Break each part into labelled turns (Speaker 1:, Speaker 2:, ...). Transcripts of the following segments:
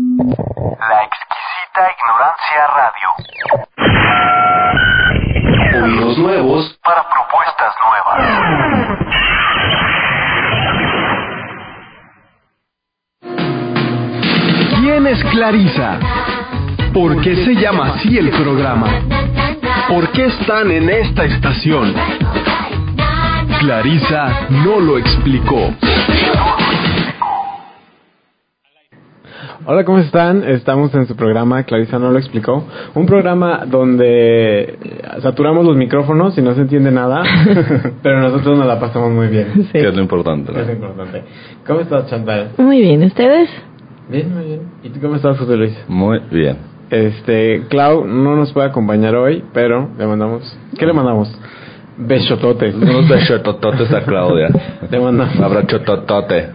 Speaker 1: La exquisita ignorancia radio.
Speaker 2: Oídos nuevos
Speaker 1: para propuestas nuevas.
Speaker 3: ¿Quién es Clarisa? ¿Por qué se llama así el programa? ¿Por qué están en esta estación? Clarisa no lo explicó.
Speaker 4: Hola, ¿cómo están? Estamos en su programa, Clarisa no lo explicó. Un programa donde saturamos los micrófonos y no se entiende nada, pero nosotros nos la pasamos muy bien.
Speaker 5: Que es lo importante,
Speaker 4: Es
Speaker 5: ¿no?
Speaker 4: importante. ¿Cómo estás, Chantal?
Speaker 6: Muy bien, ¿ustedes?
Speaker 4: Bien, muy bien. ¿Y tú cómo estás, José Luis?
Speaker 5: Muy bien.
Speaker 4: Este, Clau no nos puede acompañar hoy, pero le mandamos. ¿Qué le mandamos? Besototes.
Speaker 5: Unos de chotototes a Claudia.
Speaker 4: Le mandamos.
Speaker 5: Un abrazo chototote.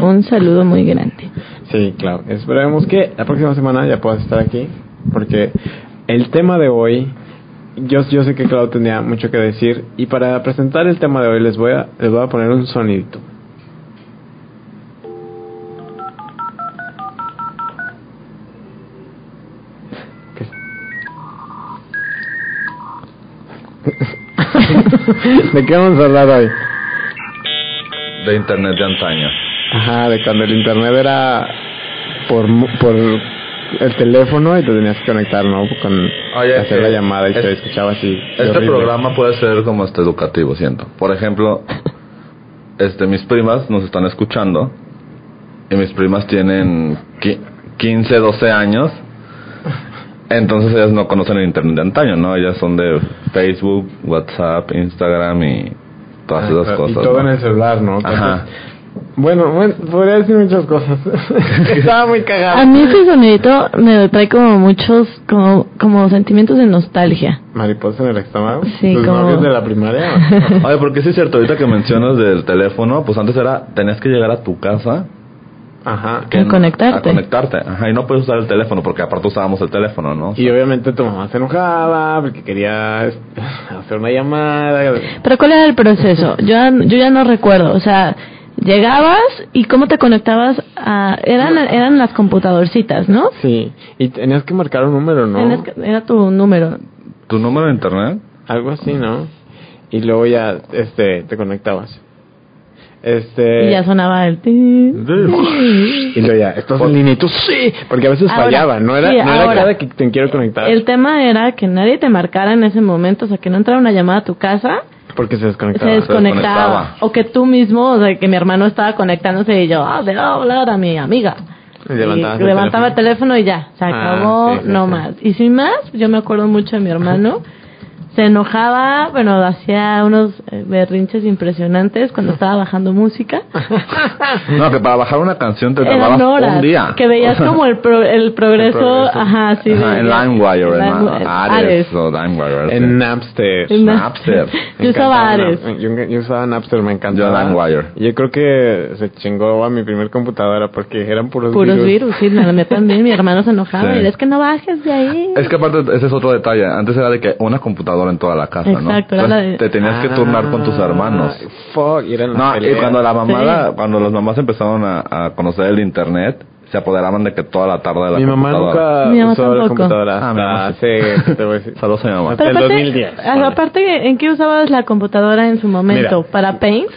Speaker 6: Un saludo muy grande.
Speaker 4: Sí, claro. Esperemos que la próxima semana ya puedas estar aquí, porque el tema de hoy, yo, yo sé que Clau tenía mucho que decir, y para presentar el tema de hoy les voy a, les voy a poner un sonidito. ¿Qué es? ¿De qué vamos a hablar hoy?
Speaker 5: De internet de antaño.
Speaker 4: Ajá, de cuando el internet era por, mu- por el teléfono y te tenías que conectar, ¿no? Con
Speaker 5: Oye,
Speaker 4: hacer la
Speaker 5: eh,
Speaker 4: llamada y te
Speaker 5: es-
Speaker 4: escuchaba así.
Speaker 5: Este
Speaker 4: horrible.
Speaker 5: programa puede ser como este educativo, siento. Por ejemplo, este mis primas nos están escuchando y mis primas tienen qui- 15, 12 años. Entonces ellas no conocen el internet de antaño, ¿no? Ellas son de Facebook, WhatsApp, Instagram y todas
Speaker 4: Ah,
Speaker 5: esas
Speaker 4: claro,
Speaker 5: cosas.
Speaker 4: Y todo
Speaker 5: ¿no?
Speaker 4: en el celular, ¿no?
Speaker 5: Ajá.
Speaker 4: Bueno, bueno, podría decir muchas cosas. Estaba muy
Speaker 6: A
Speaker 4: cagado.
Speaker 6: mí ese sonidito me trae como muchos, como, como sentimientos de nostalgia.
Speaker 4: ¿Mariposa en el estómago?
Speaker 6: Sí,
Speaker 4: ¿Tus
Speaker 6: como-
Speaker 4: novios de la primaria?
Speaker 5: Oye, porque sí es cierto, ahorita que mencionas del teléfono, pues antes era, tenías que llegar a tu casa.
Speaker 4: Ajá.
Speaker 5: que
Speaker 6: A
Speaker 5: no-
Speaker 6: conectarte.
Speaker 5: A conectarte, ajá, y no puedes usar el teléfono, porque aparte usábamos el teléfono, ¿no?
Speaker 4: Y obviamente tu mamá se enojaba porque quería este, hacer una llamada.
Speaker 6: Pero ¿cuál era el proceso? Yo, ya- yo ya no recuerdo, o sea, llegabas y cómo te conectabas a... Eran, eran las computadorcitas, ¿no?
Speaker 4: Sí. Y tenías que marcar un número, ¿no?
Speaker 6: Tenías que- Era tu número.
Speaker 5: ¿Tu número de internet?
Speaker 4: Algo así, ¿no? Y luego ya este te conectabas. Este
Speaker 6: Y ya sonaba el... tin, tin.
Speaker 4: y luego ya, estás en línea y tú sí, porque a veces
Speaker 6: Ahora,
Speaker 4: fallaba, no era
Speaker 6: sí,
Speaker 4: no era
Speaker 6: ahora.
Speaker 4: cada que te quiero conectar,
Speaker 6: El tema era que nadie te marcara en ese momento, o sea, que no entrara una llamada a tu casa
Speaker 4: porque se
Speaker 6: se
Speaker 4: desconectaba.
Speaker 6: desconectaba.
Speaker 5: desconectaba.
Speaker 6: O que tú mismo, o sea, que mi hermano estaba conectándose y yo, ah, le voy a hablar a mi amiga.
Speaker 4: Y levantabas
Speaker 6: Y
Speaker 4: el
Speaker 6: levantaba el teléfono y ya, se
Speaker 4: Ah,
Speaker 6: acabó,
Speaker 4: sí, sí,
Speaker 6: no
Speaker 4: sí.
Speaker 6: más. Y sin más, yo me acuerdo mucho de mi hermano. Se enojaba, bueno, hacía unos eh, berrinches impresionantes cuando estaba bajando música.
Speaker 5: No, que para bajar una canción te
Speaker 6: Eran
Speaker 5: tardabas
Speaker 6: horas
Speaker 5: un día.
Speaker 6: que veías como el, pro- el progreso,
Speaker 4: progreso.
Speaker 6: ajá, sí.
Speaker 5: Ajá,
Speaker 6: de-
Speaker 5: en LimeWire, Ah, ¿no?
Speaker 6: Lime-
Speaker 5: Ares o LimeWire.
Speaker 4: en Napster. Ah,
Speaker 6: En-
Speaker 5: Napster.
Speaker 4: Me
Speaker 6: Yo usaba
Speaker 4: encantaba
Speaker 6: Ares.
Speaker 4: Nap- Yo, yo usaba Napster, me encantaba.
Speaker 5: Yo LimeWire.
Speaker 4: Yo creo que se chingó a mi primer computadora porque eran puros,
Speaker 6: Puros virus, sí, la mía también, mi hermano se enojaba
Speaker 5: Sí.
Speaker 6: y es que no bajes de ahí.
Speaker 5: Es que aparte, ese es otro detalle. Antes era de que una computadora en toda la casa, ¿no?
Speaker 6: Exacto, era la de-
Speaker 5: Entonces, te tenías que turnar con tus hermanos.
Speaker 4: Ah, Fuck, y eran las
Speaker 5: No, y
Speaker 4: peleas.
Speaker 5: cuando la mamá,
Speaker 6: Sí.
Speaker 5: cuando las mamás empezaron a, a conocer el internet, se apoderaban de que toda la tarde de la
Speaker 4: Mi mamá
Speaker 5: computadora.
Speaker 4: nunca
Speaker 6: Mi mamá
Speaker 4: usó la
Speaker 6: tampoco.
Speaker 4: computadora
Speaker 5: Ah, mi mamá
Speaker 4: hasta
Speaker 5: sí.
Speaker 4: hace... ¿qué te voy a decir?
Speaker 5: Saludos a mi mamá.
Speaker 4: Hasta
Speaker 6: Pero
Speaker 4: el
Speaker 6: aparte,
Speaker 4: 2010,
Speaker 6: a-
Speaker 4: ponle.
Speaker 6: aparte, ¿en qué usabas la computadora en su momento?
Speaker 4: Mira.
Speaker 6: ¿Para Paint?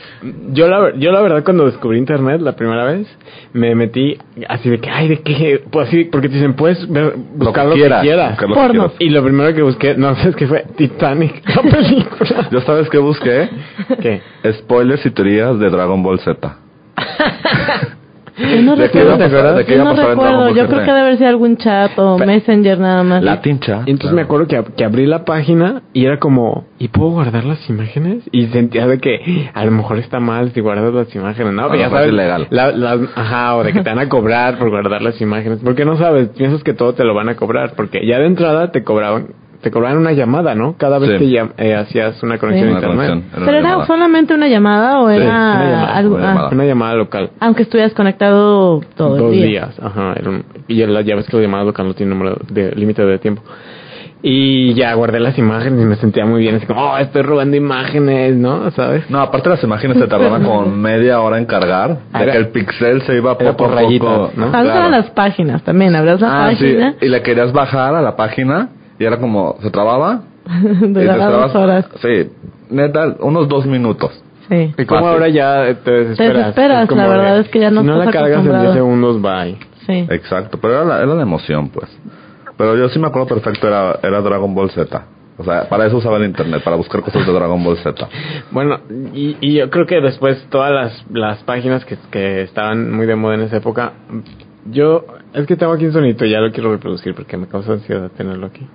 Speaker 4: Yo la, ver- yo la verdad cuando descubrí internet la primera vez, me metí así de que, ay, de qué, pues así, porque te dicen, puedes ver- buscar lo que quieras.
Speaker 5: buscar lo que
Speaker 6: Porno.
Speaker 5: quieras.
Speaker 4: Y lo primero que busqué, no sé, es que fue Titanic, la película.
Speaker 5: Yo sabes que busqué
Speaker 4: ¿Qué?
Speaker 5: spoilers y teorías de Dragon Ball
Speaker 6: ¿Ah,
Speaker 5: Z.
Speaker 6: Yo no
Speaker 5: ¿De qué
Speaker 6: recuerdo.
Speaker 5: iba a pasar- de qué iba
Speaker 6: yo
Speaker 5: a
Speaker 6: no
Speaker 5: pasar el
Speaker 6: recuerdo.
Speaker 5: trabajo, por
Speaker 6: Yo creo que
Speaker 5: ejemplo?
Speaker 6: debe haber sido algún chat o Messenger nada más.
Speaker 5: La tincha.
Speaker 4: Y entonces me acuerdo que, ab- que abrí la página y era como, ¿y puedo guardar las imágenes? Y sentía de que "Ah, a lo mejor está mal si guardas las imágenes, ¿no?
Speaker 5: A
Speaker 4: Pero
Speaker 5: lo
Speaker 4: ya
Speaker 5: mejor
Speaker 4: sabes,
Speaker 5: es ilegal.
Speaker 4: la- las- ajá, o de que te van a cobrar por guardar las imágenes. Porque no sabes, piensas que todo te lo van a cobrar. Porque ya de entrada te cobraban, te cobraban una llamada, ¿no? Cada vez
Speaker 5: Sí.
Speaker 4: que llam- eh, hacías una conexión a
Speaker 5: Una
Speaker 4: internet.
Speaker 5: conexión,
Speaker 6: ¿Pero era
Speaker 5: llamada.
Speaker 6: solamente una llamada o
Speaker 5: Sí,
Speaker 6: era
Speaker 5: una
Speaker 4: llamada,
Speaker 6: algo?
Speaker 5: una
Speaker 6: ah,
Speaker 5: llamada.
Speaker 4: Una llamada local.
Speaker 6: aunque estuvieras conectado todo
Speaker 4: dos
Speaker 6: el día.
Speaker 4: días. Ajá, era un- y ya, la- ya ves que la llamada local no tiene número de límite de tiempo. Y ya guardé las imágenes y me sentía muy bien. Así como, oh, estoy robando imágenes, ¿no? ¿Sabes?
Speaker 5: No, aparte las imágenes se tardaban como media hora en cargar. Ya
Speaker 4: Era-
Speaker 5: que el pixel se iba poco
Speaker 4: Era por
Speaker 5: a
Speaker 4: rayitas,
Speaker 5: poco.
Speaker 4: ¿no?
Speaker 6: Abres
Speaker 5: Claro.
Speaker 6: Ah, las páginas también, abras la
Speaker 5: Ah, sí.
Speaker 6: página.
Speaker 5: Y la querías bajar a la página y era como, se trababa. y
Speaker 6: Duraba dos
Speaker 5: trabas-
Speaker 6: horas.
Speaker 5: Sí, neta, unos dos minutos.
Speaker 6: Sí.
Speaker 4: Y como
Speaker 5: Fácil.
Speaker 4: ahora ya te desesperas.
Speaker 6: desesperas,
Speaker 4: como
Speaker 6: la verdad es que ya no
Speaker 4: Si no
Speaker 6: estás
Speaker 4: la cargas en 10
Speaker 6: acostumbrado.
Speaker 4: segundos, bye.
Speaker 6: Sí.
Speaker 5: Exacto, pero era la, era la emoción, pues. Pero yo sí me acuerdo perfecto, era, era Dragon Ball Z. O sea, para eso usaba el internet, para buscar cosas de Dragon Ball Z.
Speaker 4: Bueno, y, y yo creo que después todas las, las páginas que, que estaban muy de moda en esa época, yo es que tengo aquí un sonito y ya lo quiero reproducir porque me causa ansiedad tenerlo aquí.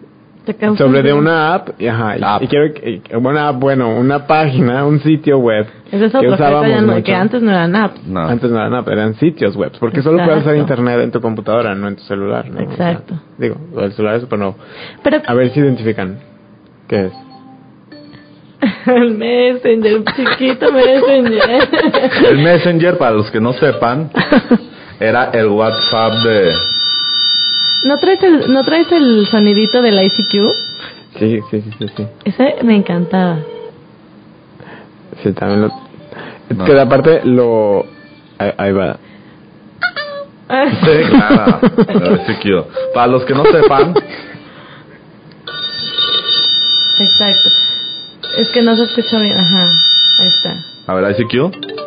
Speaker 6: Te causa-
Speaker 4: Sobre de una app, y, ajá, y-
Speaker 5: App.
Speaker 4: y quiero que, y- una app, bueno, una página, un sitio web.
Speaker 6: Esa es otra cosa
Speaker 4: usábamos
Speaker 6: ya no-
Speaker 4: mucho.
Speaker 6: que antes no eran apps.
Speaker 5: No.
Speaker 4: Antes no eran app, eran sitios web, porque solo puedes usar
Speaker 6: Exacto.
Speaker 4: internet en tu computadora, no en tu celular. ¿no?
Speaker 6: Exacto.
Speaker 4: O sea, digo, el celular es pero no.
Speaker 6: Pero
Speaker 4: A ver si identifican. ¿Qué es?
Speaker 6: el Messenger, chiquito Messenger.
Speaker 5: El Messenger, para los que no sepan, era el WhatsApp de...
Speaker 6: ¿No traes el, no traes el sonidito del ICQ?
Speaker 4: Sí, sí, sí, sí, sí.
Speaker 6: Ese me encantaba.
Speaker 4: Sí, también lo... Es
Speaker 5: No.
Speaker 4: Que aparte lo... Ahí, ahí va.
Speaker 5: Sí, claro. Pero sí, cute. Para los que no sepan,
Speaker 6: Exacto. Es que no se escucha bien. Ajá. Ahí está.
Speaker 5: a ver, ICQ.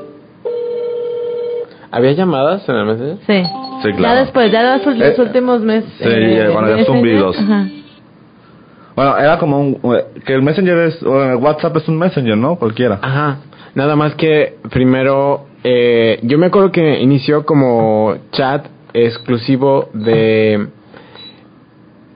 Speaker 4: ¿Había llamadas en el Messenger?
Speaker 6: Sí.
Speaker 5: Sí, claro.
Speaker 6: Ya después, ya los, ul-
Speaker 5: Eh,
Speaker 6: los últimos eh, meses.
Speaker 5: sí, eh, ya cuando ya zumbidos.
Speaker 6: Ajá.
Speaker 5: Bueno, era como un... eh, Que el Messenger es... o el WhatsApp es un Messenger, ¿no? Cualquiera.
Speaker 6: Ah.
Speaker 4: Ajá. Nada más que primero... Eh, yo me acuerdo que inició como chat exclusivo de...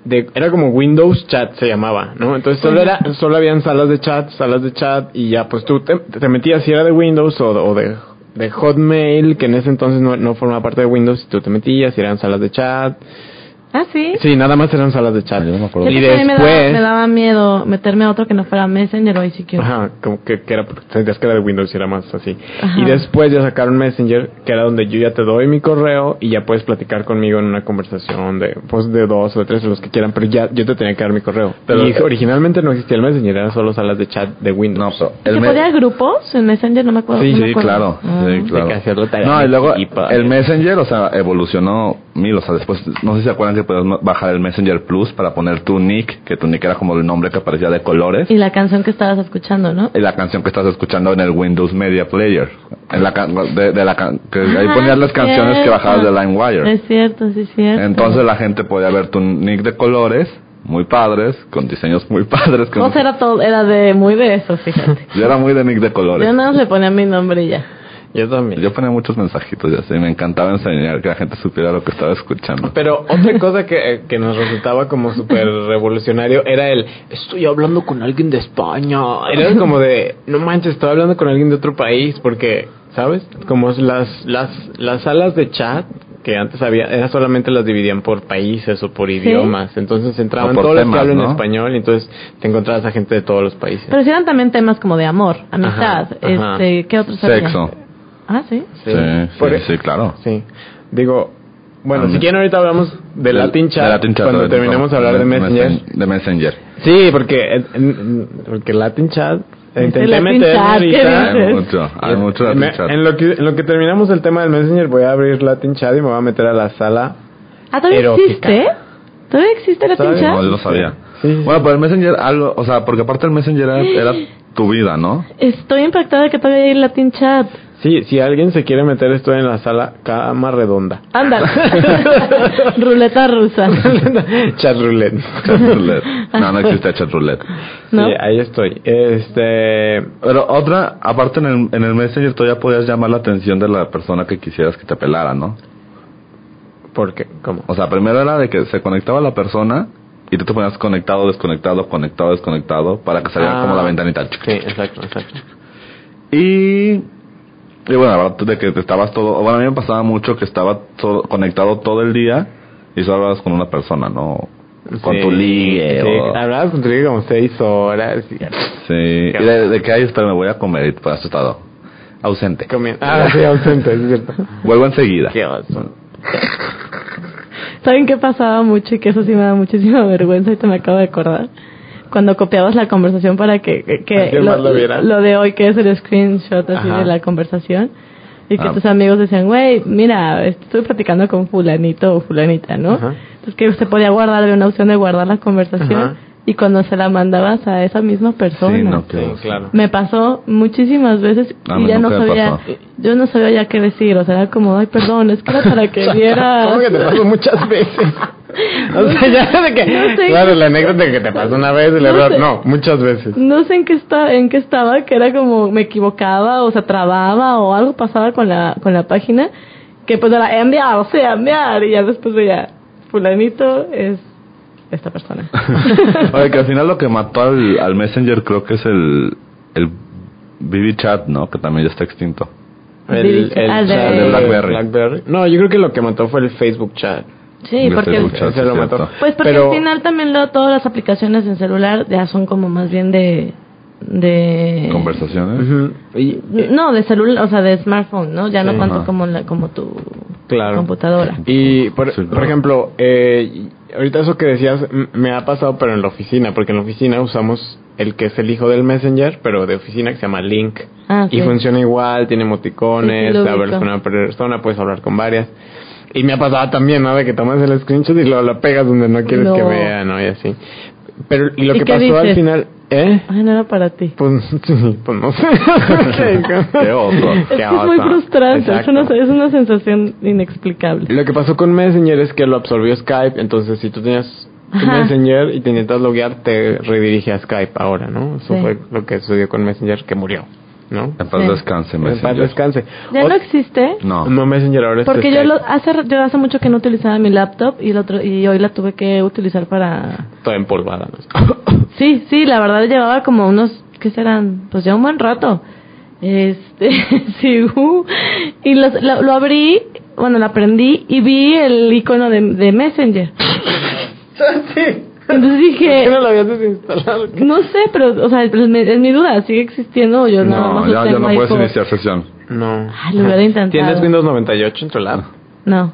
Speaker 4: De, era como Windows Chat se llamaba, ¿no? Entonces solo era, solo habían salas de chat, salas de chat y ya pues tú te, te metías si era de Windows o, o de, de Hotmail que en ese entonces no, no formaba parte de Windows y tú te metías y eran salas de chat
Speaker 6: Ah, sí.
Speaker 4: Sí, nada más eran salas de chat.
Speaker 5: Ah, yo no me acuerdo.
Speaker 6: Yo
Speaker 4: Y
Speaker 6: creo que a mí me daba-
Speaker 4: después,
Speaker 6: Me daba, miedo meterme a otro que no fuera Messenger o ICQ.
Speaker 4: ajá, como que, que era porque sentías que era de Windows y era más así.
Speaker 6: Ajá.
Speaker 4: Y después ya sacaron Messenger, que era donde yo ya te doy mi correo y ya puedes platicar conmigo en una conversación de pues de dos o de tres o los que quieran, pero ya yo te tenía que dar mi correo.
Speaker 5: Pero-
Speaker 4: y originalmente no existía el Messenger, eran solo salas de chat de
Speaker 5: No,
Speaker 4: Windows.
Speaker 5: pero...
Speaker 6: ¿Se
Speaker 5: me-
Speaker 6: podía grupos en Messenger? No me acuerdo.
Speaker 5: Sí,
Speaker 6: no me
Speaker 5: sí,
Speaker 6: acuerdo.
Speaker 5: claro,
Speaker 6: Ah.
Speaker 5: sí, claro.
Speaker 4: que hacerlo tarea
Speaker 5: No, y luego
Speaker 4: y pa-
Speaker 5: el Messenger, o sea, evolucionó mil, o sea, después, no sé si se acuerdan que podías bajar el Messenger Plus para poner tu nick, que tu nick era como el nombre que aparecía de colores,
Speaker 6: Y la canción que estabas escuchando, ¿no?
Speaker 5: y la canción que estás escuchando en el Windows Media Player, en la, can- de, de la can- que ahí ponías las canciones que bajabas de LimeWire.
Speaker 6: Es cierto, sí, es cierto.
Speaker 5: Entonces la gente podía ver tu nick de colores, muy padres, con diseños muy padres. con-
Speaker 6: Vos era todo, era de muy de eso, fíjate.
Speaker 5: Yo era muy de nick de colores.
Speaker 6: Yo nada más le ponía mi nombre y ya.
Speaker 4: Yo también.
Speaker 5: Yo ponía muchos mensajitos y así, me encantaba enseñar que la gente supiera lo que estaba escuchando.
Speaker 4: Pero otra cosa que, que nos resultaba como súper revolucionario era el estoy hablando con alguien de España. Era como de no manches, estoy hablando con alguien de otro país porque, ¿sabes? Como es las las las salas de chat que antes había, era solamente las dividían por países o por idiomas. Entonces entraban
Speaker 5: O por
Speaker 4: todos los que
Speaker 5: temas,
Speaker 4: hablan
Speaker 5: ¿no?
Speaker 4: español y entonces te encontrabas a gente de todos los países.
Speaker 6: Pero si eran también temas como de amor, amistad,
Speaker 4: Ajá, ajá.
Speaker 6: este, ¿qué otros había?
Speaker 5: Sexo.
Speaker 6: Ah, sí.
Speaker 5: Sí,
Speaker 4: Por-
Speaker 5: sí, sí, claro.
Speaker 4: Sí. Digo, bueno,
Speaker 5: Ah,
Speaker 4: si
Speaker 5: me-
Speaker 4: quieren ahorita hablamos de Latin Chat,
Speaker 5: de Latin Chat,
Speaker 4: cuando
Speaker 5: de-
Speaker 4: terminemos de hablar de Messenger.
Speaker 5: messen- De Messenger.
Speaker 4: Sí, porque, eh, mm, porque Latin Chat. eh,
Speaker 6: Ese
Speaker 4: Intenté
Speaker 6: Latin
Speaker 4: meterme
Speaker 6: Chat, ¿qué
Speaker 4: ahorita.
Speaker 6: dices?
Speaker 5: Hay mucho, hay mucho Latin
Speaker 4: Me-
Speaker 5: Chat.
Speaker 4: en, lo que, en lo que terminamos el tema del Messenger, voy a abrir Latin Chat y me voy a meter a la sala.
Speaker 6: Ah, ¿todavía
Speaker 4: Erótica.
Speaker 6: existe? ¿Todavía existe la
Speaker 4: ¿Sabes?
Speaker 6: pincha?
Speaker 5: No, yo lo sabía.
Speaker 4: Sí.
Speaker 5: Bueno, pero el Messenger, algo, o sea, porque aparte el Messenger era, era tu vida, ¿no?
Speaker 6: Estoy impactada de que todavía hay Latin Chat.
Speaker 4: Sí, si alguien se quiere meter, estoy en la sala cama redonda.
Speaker 6: Anda. Ruleta rusa.
Speaker 4: Chat roulette.
Speaker 5: Chat roulette. No, no existe chat roulette.
Speaker 6: ¿No?
Speaker 4: Sí, ahí estoy. Este.
Speaker 5: Pero otra, aparte en el, en el Messenger todavía podías llamar la atención de la persona que quisieras que te pelara, ¿no?
Speaker 4: ¿Por qué? ¿Cómo?
Speaker 5: O sea, primero era de que se conectaba la persona y tú te ponías conectado, desconectado, conectado, desconectado, para que saliera
Speaker 4: Ah.
Speaker 5: como la ventanita.
Speaker 4: Sí, exacto, exacto.
Speaker 5: Y, y bueno, la verdad de que te estabas todo, bueno, a mí me pasaba mucho que estaba todo- conectado todo el día y solo hablabas con una persona, ¿no? Con
Speaker 4: Sí,
Speaker 5: tu ligue.
Speaker 4: sí,
Speaker 5: o-
Speaker 4: hablabas con tu ligue como seis horas. y-
Speaker 5: sí. Y de, de que, ay, espera, me voy a comer y pues has estado ausente.
Speaker 4: Comiendo. Ah, sí, ausente, es cierto.
Speaker 5: Vuelvo enseguida.
Speaker 4: Qué oso.
Speaker 6: ¿Saben qué pasaba mucho y que eso sí me da muchísima vergüenza y te me acabo de acordar? Cuando copiabas la conversación para que, que, que
Speaker 4: Alguien
Speaker 6: lo,
Speaker 4: más lo viera.
Speaker 6: lo de hoy, que es el screenshot así
Speaker 4: Ajá.
Speaker 6: de la conversación, y que
Speaker 5: Ah.
Speaker 6: tus amigos decían, güey, mira, estoy platicando con fulanito o fulanita, ¿no?
Speaker 4: Ajá.
Speaker 6: Entonces que se podía guardar, había una opción de guardar la conversación,
Speaker 4: Ajá.
Speaker 6: y cuando se la mandabas a esa misma persona.
Speaker 5: Sí, no,
Speaker 4: Sí,
Speaker 5: que-
Speaker 4: claro.
Speaker 6: Me pasó muchísimas veces
Speaker 5: A
Speaker 6: y
Speaker 5: mí
Speaker 6: ya no
Speaker 5: nunca me
Speaker 6: sabía,
Speaker 5: pasó.
Speaker 6: yo no sabía ya qué decir, o sea, era como, ay, perdón, es que era para que vieras.
Speaker 4: ¿Cómo que te pasó muchas veces? O sea, ya de que...
Speaker 6: No sé.
Speaker 4: Claro, la anécdota de que te pasó una vez, el
Speaker 6: No
Speaker 4: error.
Speaker 6: sé.
Speaker 4: No, muchas veces.
Speaker 6: No sé en qué, esta- en qué estaba, que era como me equivocaba o se trababa o algo pasaba con la, con la página, que pues era enviar, o sea, enviar, y ya después veía, fulanito es esta persona.
Speaker 5: Oye, que al final lo que mató al, al Messenger creo que es el, el BB Chat, ¿no? Que también ya está extinto.
Speaker 4: El, el
Speaker 6: Ah, de-
Speaker 4: chat
Speaker 5: de Blackberry.
Speaker 4: No, yo creo que lo que mató fue el Facebook chat.
Speaker 6: sí,
Speaker 5: Yo
Speaker 6: porque...
Speaker 5: te escucho. Chat,
Speaker 4: Ese
Speaker 5: sí,
Speaker 4: lo
Speaker 5: cierto.
Speaker 4: mató.
Speaker 6: Pues porque
Speaker 4: Pero-
Speaker 6: al final también lo, todas las aplicaciones en celular ya son como más bien de... de
Speaker 5: Conversaciones.
Speaker 4: Ujú. Y- eh,
Speaker 6: No, de celular, o sea, de smartphone, ¿no? Ya no
Speaker 4: Sí.
Speaker 6: tanto
Speaker 5: Ajá.
Speaker 6: como la, como tu
Speaker 4: Claro.
Speaker 6: computadora.
Speaker 4: Y, por,
Speaker 5: Sí,
Speaker 4: por
Speaker 5: claro.
Speaker 4: ejemplo, eh, y- ahorita eso que decías m- me ha pasado, pero en la oficina, porque en la oficina usamos el que es el hijo del Messenger, pero de oficina que se llama Link.
Speaker 6: Ah,
Speaker 4: Y
Speaker 6: sí.
Speaker 4: funciona igual, tiene emoticones,
Speaker 6: Sí, sí, lo
Speaker 4: hablas
Speaker 6: ubico.
Speaker 4: con una persona, puedes hablar con varias. Y me ha pasado también, ¿no? De que tomas el screenshot y lo, lo pegas donde no quieres
Speaker 6: No.
Speaker 4: que vean, ¿no? Y así. Pero y lo
Speaker 6: ¿Y
Speaker 4: que
Speaker 6: qué
Speaker 4: pasó al
Speaker 6: dices?
Speaker 4: final, ¿eh?
Speaker 6: Ay, no era para ti.
Speaker 4: Pues, sí, pues no sé.
Speaker 5: Qué oso.
Speaker 6: Es que es muy
Speaker 4: oso.
Speaker 6: frustrante, es una,
Speaker 4: Exacto.
Speaker 6: es una sensación inexplicable.
Speaker 4: Lo que pasó con Messenger es que lo absorbió Skype, entonces si tú tenías tu
Speaker 6: Ajá.
Speaker 4: Messenger y te intentas loguear, te redirige a Skype ahora, ¿no? Eso
Speaker 6: Sí.
Speaker 4: fue lo que sucedió con Messenger, que murió, ¿no?
Speaker 5: En paz
Speaker 6: Sí.
Speaker 5: descanse,
Speaker 4: En
Speaker 5: Messenger.
Speaker 4: paz descanse.
Speaker 6: ¿Ya
Speaker 4: O-
Speaker 6: no existe?
Speaker 5: No.
Speaker 4: No, Messenger ahora es
Speaker 6: Porque yo
Speaker 4: Skype.
Speaker 6: lo, hace yo hace mucho que no utilizaba mi laptop y el otro y hoy la tuve que utilizar para
Speaker 4: Toda empolvada.
Speaker 6: Eh.
Speaker 4: ¿no?
Speaker 6: Sí, sí, la verdad llevaba como unos, ¿qué serán? Pues ya un buen rato. Este, sí, uh, y los- lo, lo abrí, bueno, lo aprendí y vi el icono de, de Messenger. Entonces
Speaker 4: ¿Por qué
Speaker 6: dije,
Speaker 4: no lo habías desinstalado?
Speaker 6: no sé, pero, o sea, es mi, es mi duda, ¿sigue existiendo o yo no?
Speaker 5: No, ya, ya no puedes iniciar sesión.
Speaker 4: No.
Speaker 5: Ah,
Speaker 6: Ay, lo hubiera intentado.
Speaker 4: ¿Tienes Windows 98 en tu lado?
Speaker 6: No.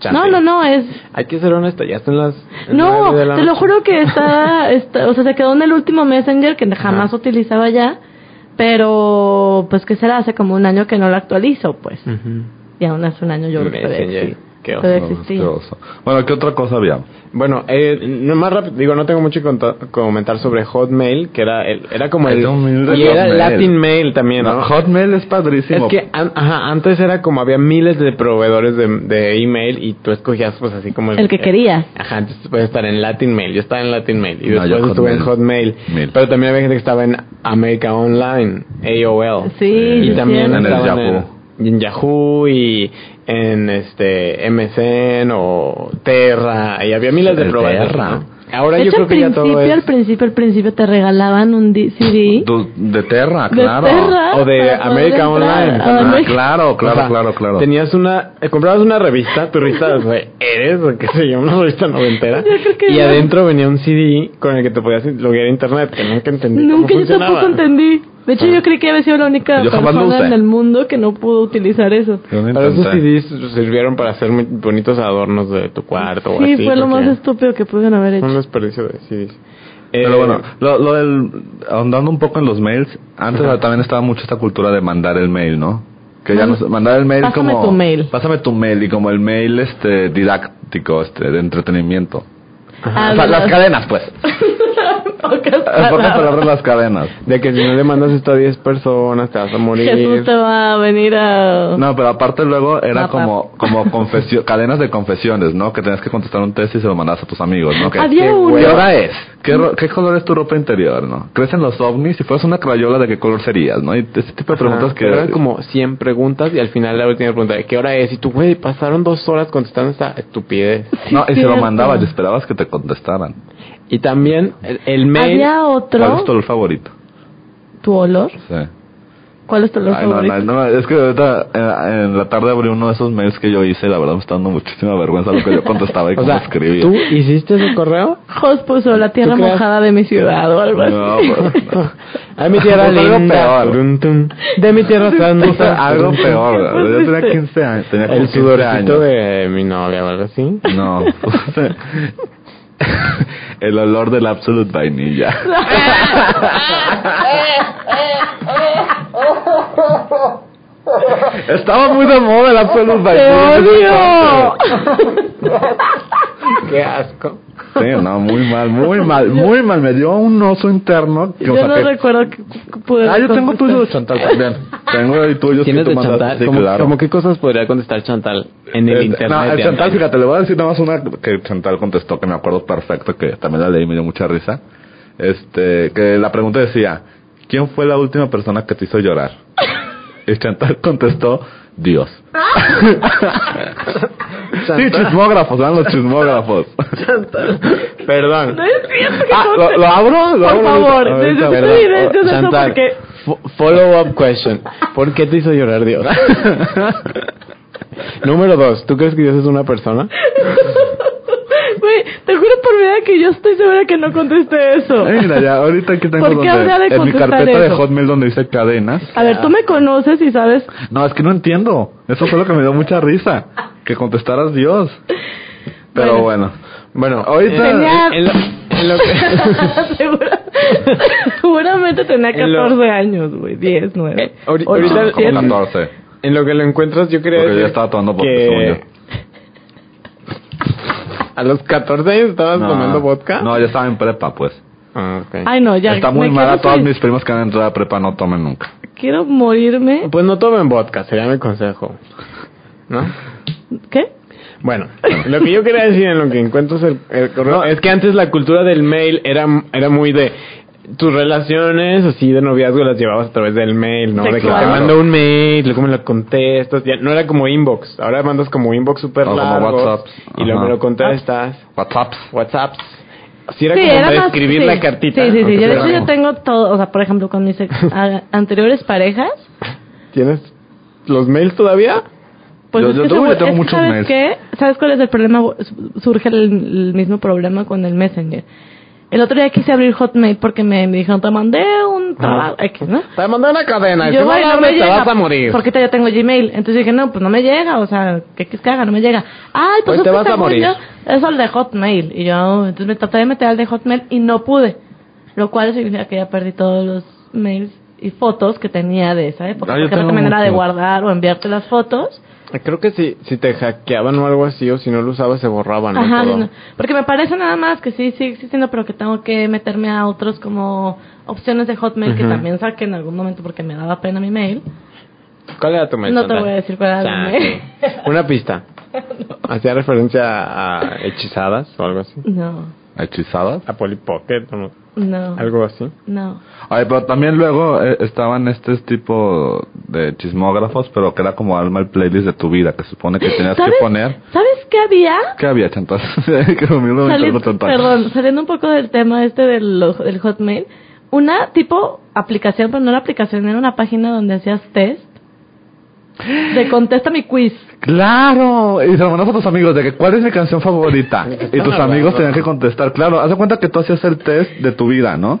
Speaker 4: Chale.
Speaker 6: No, no, no, es...
Speaker 4: Hay que ser honesto, ya están las... en
Speaker 6: No,
Speaker 4: nueve de la
Speaker 6: te lo
Speaker 4: noche.
Speaker 6: juro que está, está- o sea, se quedó en el último Messenger que jamás
Speaker 4: Ajá.
Speaker 6: utilizaba ya, pero pues que será hace como un año que no lo actualizo, pues.
Speaker 4: Ujú.
Speaker 6: Y aún hace un año yo creo que
Speaker 4: Mm. Messenger,
Speaker 6: todavía
Speaker 4: qué oso.
Speaker 6: todavía
Speaker 5: No,
Speaker 6: existía.
Speaker 5: qué oso. Bueno, ¿qué otra cosa había?
Speaker 4: Bueno, eh, no más rápido, digo, no tengo mucho que conta- comentar sobre Hotmail, que era el, era como el,
Speaker 5: Era un mail de
Speaker 4: y era
Speaker 5: Hotmail.
Speaker 4: Latin Mail también, ¿no?
Speaker 5: No, Hotmail es
Speaker 4: es
Speaker 5: padrísimo.
Speaker 4: que an- ajá, antes era como había miles de proveedores de, de email y tú escogías pues así como
Speaker 6: El que querías.
Speaker 4: Ajá, antes puedes estar en Latin Mail, yo estaba en Latin Mail y
Speaker 5: No,
Speaker 4: después
Speaker 5: yo
Speaker 4: estuve en
Speaker 5: Hotmail.
Speaker 4: Hotmail,
Speaker 5: Mail.
Speaker 4: pero también había gente que estaba en America Online, AOL.
Speaker 6: Sí,
Speaker 5: Y
Speaker 6: sí,
Speaker 4: Y
Speaker 6: es
Speaker 4: también
Speaker 5: En
Speaker 6: cierto.
Speaker 5: el
Speaker 4: estaban
Speaker 5: Yahoo.
Speaker 4: En, en Yahoo y en este MSN o Terra y había miles de
Speaker 5: El
Speaker 4: proveedores.
Speaker 5: Terra.
Speaker 4: ¿no? Ahora
Speaker 6: De
Speaker 4: yo creo
Speaker 6: hecho, al
Speaker 4: que ya
Speaker 6: principio,
Speaker 4: todo
Speaker 6: al
Speaker 4: es
Speaker 6: principio, al principio te regalaban un di- CD
Speaker 5: Du- de Terra,
Speaker 6: de
Speaker 5: claro.
Speaker 6: Terra
Speaker 4: o de
Speaker 6: para poder
Speaker 4: América
Speaker 6: entrar
Speaker 4: Online.
Speaker 6: a
Speaker 5: Ah,
Speaker 6: América.
Speaker 5: claro, claro,
Speaker 4: O sea,
Speaker 5: claro, claro.
Speaker 4: Tenías una eh, comprabas una revista, tu revista de eres o qué sé yo, una revista noventera
Speaker 6: Yo creo que
Speaker 4: y
Speaker 6: no.
Speaker 4: adentro venía un CD con el que te podías loguear a internet, que nunca entendí
Speaker 6: Nunca
Speaker 4: cómo
Speaker 6: yo
Speaker 4: funcionaba.
Speaker 6: tampoco entendí. De hecho, yo creí que había sido la única
Speaker 5: Yo jamás lo
Speaker 6: persona
Speaker 5: usé.
Speaker 6: en el mundo que no pudo utilizar eso.
Speaker 5: Yo no
Speaker 4: Pero esos
Speaker 5: intenté.
Speaker 4: CDs sirvieron para hacer muy bonitos adornos de tu cuarto o
Speaker 6: sí,
Speaker 4: así.
Speaker 6: fue lo más
Speaker 4: porque-
Speaker 6: estúpido que pudieron haber hecho.
Speaker 4: Un desperdicio de Eh, CDs.
Speaker 6: Eh,
Speaker 5: Pero bueno, lo, lo del. Ahondando un poco en los mails, antes también estaba mucho esta cultura de mandar el mail, ¿no? Que ya
Speaker 6: Man-
Speaker 5: nos, mandar el mail
Speaker 6: pásame
Speaker 5: como.
Speaker 6: tu mail.
Speaker 5: Pásame tu mail y como el mail este didáctico, este, de entretenimiento.
Speaker 6: Ah,
Speaker 5: o sea, las
Speaker 6: de las-
Speaker 5: cadenas, pues. En
Speaker 6: Pocas
Speaker 5: pocas
Speaker 6: palabras.
Speaker 5: palabras, las cadenas.
Speaker 4: De que si no le mandas esto a 10 personas te vas a morir.
Speaker 6: Jesús te va a venir a...
Speaker 5: No, pero aparte luego era
Speaker 6: Mapa.
Speaker 5: como, como confesio- cadenas de confesiones, ¿no? Que tenías que contestar un test y se lo mandabas a tus amigos, ¿no? Que,
Speaker 6: Había uno.
Speaker 5: ¿Qué hora es? ¿Qué, ro- qué color es tu ropa interior, no? ¿Crees en los ovnis? Si fueras una crayola, ¿de qué color serías, no? Y ese tipo de
Speaker 4: Ajá,
Speaker 5: preguntas que...
Speaker 4: pero eran como 100 preguntas y al final la última pregunta, ¿qué hora es? Y tú, güey, pasaron dos horas contestando esta estupidez.
Speaker 5: No, y se lo
Speaker 6: cierto.
Speaker 5: mandabas y esperabas que te contestaran.
Speaker 4: Y también el, el mail...
Speaker 6: Había
Speaker 5: ¿Cuál es
Speaker 6: otro,
Speaker 5: tu olor favorito?
Speaker 6: tu olor,
Speaker 5: Sí.
Speaker 6: ¿Cuál es tu olor
Speaker 5: Ay, no,
Speaker 6: favorito?
Speaker 5: no, no, es que ahorita en, en la tarde abrí uno de esos mails que yo hice, la verdad me está dando muchísima vergüenza lo que yo contestaba y
Speaker 4: O
Speaker 5: cómo
Speaker 4: sea,
Speaker 5: escribía.
Speaker 4: ¿tú hiciste ese correo?
Speaker 6: Jos puso la tierra
Speaker 4: ¿Tú crees?
Speaker 6: mojada de mi ciudad o algo así.
Speaker 5: No, pues, no.
Speaker 4: A mi tierra
Speaker 5: Pues algo
Speaker 4: linda.
Speaker 5: peor.
Speaker 4: turun, tum. De mi tierra
Speaker 5: Puse
Speaker 4: santa.
Speaker 5: algo
Speaker 4: turun, tum.
Speaker 5: peor, ¿verdad? yo tenía
Speaker 6: pusiste?
Speaker 5: 15 años, tenía como
Speaker 4: El
Speaker 5: 15
Speaker 4: sudorcito
Speaker 5: años.
Speaker 4: de mi novia o algo así.
Speaker 5: No, puse el olor del Absolute Vainilla.
Speaker 6: Eh,
Speaker 5: Estaba muy de moda el Absolute Vainilla.
Speaker 6: oh.
Speaker 5: "Ah,
Speaker 6: ¡Te
Speaker 5: en ese
Speaker 6: odio!
Speaker 5: entonces.
Speaker 4: Qué asco.
Speaker 5: Sí, no, muy mal, muy mal, muy mal. Me dio un oso interno. Que, o
Speaker 6: Yo
Speaker 5: sea,
Speaker 6: no
Speaker 5: que-
Speaker 6: recuerdo que que pude
Speaker 5: Ah, yo tengo
Speaker 6: contestar.
Speaker 5: tuyo de Chantal también. Tengo el tuyo.
Speaker 4: ¿Tienes
Speaker 5: que
Speaker 4: de
Speaker 5: tú mandaste.
Speaker 4: Chantal?
Speaker 5: Sí,
Speaker 4: ¿Cómo,
Speaker 5: claro.
Speaker 4: cómo qué cosas podría contestar Chantal en el
Speaker 5: Eh,
Speaker 4: internet?
Speaker 5: No, el
Speaker 4: de
Speaker 5: Chantal,
Speaker 4: antaño?
Speaker 5: fíjate, le voy a decir nada más una que Chantal contestó que me acuerdo perfecto, que también la leí y me dio mucha risa. Este, que la pregunta decía, ¿quién fue la última persona que te hizo llorar? Y Chantal contestó, Dios. sí, chismógrafos, eran los chismógrafos.
Speaker 4: Perdón.
Speaker 6: No entiendo qué
Speaker 5: Ah, ¿lo, lo abro? ¿Lo
Speaker 6: Por
Speaker 5: abro ahorita?
Speaker 6: favor,
Speaker 5: Ahorita,
Speaker 6: necesito
Speaker 5: ¿verdad?
Speaker 6: directos de eso
Speaker 4: Chantal,
Speaker 6: porque...
Speaker 4: fo- follow up question. ¿Por qué te hizo llorar Dios? Número dos, ¿tú crees que Dios es una persona?
Speaker 6: Güey, te juro por mi vida que yo estoy segura que no contesté eso.
Speaker 5: Ay, mira, ya, ahorita aquí tengo
Speaker 6: ¿Por qué
Speaker 5: donde-
Speaker 6: habría de
Speaker 5: en mi
Speaker 6: contestar
Speaker 5: carpeta de
Speaker 6: eso?
Speaker 5: Hotmail donde dice cadenas.
Speaker 6: A ver, tú me conoces y sabes...
Speaker 5: No, es que no entiendo. Eso fue lo que me dio mucha risa. Que contestaras Dios. Pero bueno.
Speaker 4: Bueno,
Speaker 5: Ahorita-
Speaker 6: Tenía-
Speaker 4: en lo- en lo que-
Speaker 6: Segura- Seguramente tenía
Speaker 4: En lo-
Speaker 6: 14 años, güey. 10, 9.
Speaker 4: Eh, ahori- ahorita-
Speaker 5: No, como
Speaker 4: siete.
Speaker 5: 14.
Speaker 4: en lo que lo encuentras, yo quería
Speaker 5: Porque yo
Speaker 4: decir
Speaker 5: estaba tomando vodka,
Speaker 4: que
Speaker 5: según
Speaker 4: a los 14 años estabas
Speaker 5: No.
Speaker 4: tomando vodka.
Speaker 5: No, yo estaba en prepa, pues.
Speaker 4: Ah, ok.
Speaker 6: Ay, no, ya.
Speaker 5: Está
Speaker 6: me
Speaker 5: muy mal
Speaker 6: quiero
Speaker 5: a todos
Speaker 6: suic-
Speaker 5: mis primos que han entrado a prepa, no tomen nunca.
Speaker 6: Quiero morirme.
Speaker 4: Pues no tomen vodka, sería mi consejo. ¿No?
Speaker 5: Pues,
Speaker 6: ¿Qué?
Speaker 4: Bueno, lo que yo quería decir en lo que encuentras el, el correo es que antes la cultura del mail era, era muy de tus relaciones así de noviazgo las llevabas a través del mail, ¿no? De que te
Speaker 6: Sexual.
Speaker 4: mando un mail, luego me lo contestas, ya no era como inbox, ahora mandas como inbox super
Speaker 5: O como
Speaker 4: largo
Speaker 5: WhatsApps.
Speaker 4: y luego
Speaker 5: Ajá.
Speaker 4: me lo contestas,
Speaker 5: WhatsApps.
Speaker 4: WhatsApps. Si era
Speaker 6: Sí,
Speaker 4: como
Speaker 6: era
Speaker 4: de
Speaker 6: más-
Speaker 4: escribir
Speaker 6: sí.
Speaker 4: la cartita.
Speaker 6: Sí, sí, sí.
Speaker 4: aunque
Speaker 6: Yo, de
Speaker 4: fuera
Speaker 6: hecho, yo
Speaker 4: como-
Speaker 6: tengo todo. O sea, por ejemplo, con mis ex- a- anteriores parejas.
Speaker 4: ¿Tienes los mails todavía?
Speaker 6: Pues
Speaker 5: Yo-
Speaker 6: es
Speaker 5: yo
Speaker 6: que
Speaker 5: tengo-
Speaker 6: seguro-
Speaker 5: yo tengo
Speaker 6: es que
Speaker 5: muchos
Speaker 6: ¿sabes
Speaker 5: mails.
Speaker 6: qué? ¿Sabes cuál es el problema? Su- Surge el, el mismo problema con el Messenger. El otro día quise abrir Hotmail porque me, me dijeron, te mandé un trabajo X, ¿no?
Speaker 4: Te mandé una cadena y
Speaker 6: Yo,
Speaker 4: si no
Speaker 6: güey, no me
Speaker 4: llamas, te
Speaker 6: llega,
Speaker 4: vas a morir.
Speaker 6: Porque ahorita ya tengo Gmail. Entonces dije, no, pues no me llega. O sea, ¿qué quieres que haga? No me llega. Ay, pues
Speaker 4: Hoy te
Speaker 6: es que
Speaker 4: vas a
Speaker 6: según
Speaker 4: morir.
Speaker 6: yo, es el de Hotmail. Y yo, entonces me traté de meter al de Hotmail y no pude. Lo cual significa que ya perdí todos los mails y fotos que tenía de esa época.
Speaker 5: Ah, yo
Speaker 6: porque no
Speaker 5: tengo
Speaker 6: te manera de
Speaker 5: muchos.
Speaker 6: guardar o enviarte las fotos.
Speaker 4: Creo que si, si te hackeaban o algo así, o si no lo usabas, se borraban. ¿no?
Speaker 6: Ajá,
Speaker 4: Todo.
Speaker 6: sí, no. porque me parece nada más que sí sigue existiendo, pero que tengo que meterme a otros como opciones de Hotmail que
Speaker 4: Ujú.
Speaker 6: también saqué en algún momento porque me daba pena mi mail.
Speaker 4: ¿Cuál era tu mail?
Speaker 6: No te
Speaker 4: Chantal?
Speaker 6: voy a decir cuál era mi
Speaker 4: Chale.
Speaker 6: mail.
Speaker 4: Una pista. Hacía referencia a hechizadas o algo así.
Speaker 6: No,
Speaker 5: Hechizadas.
Speaker 4: A Polly Pocket o no-
Speaker 6: no,
Speaker 4: algo así.
Speaker 6: no.
Speaker 5: Ay, pero también luego eh, estaban este tipo de chismógrafos, pero que era como alma el playlist de tu vida, que supone que tenías que
Speaker 6: ¿Sabes?
Speaker 5: poner.
Speaker 6: ¿Sabes qué había?
Speaker 5: ¿Qué había, Chantal? que lo mismo me
Speaker 6: Sali-
Speaker 5: entorno, Chantal.
Speaker 6: perdón, saliendo un poco del tema este del, lo- del Hotmail, una tipo aplicación, pero no era aplicación, era una página donde hacías test de contesta mi quiz.
Speaker 5: Claro, y se lo mandas a tus amigos de que cuál es mi canción favorita. y tus amigos tenían que contestar, claro, haz de cuenta que tú hacías el test de tu vida, ¿no?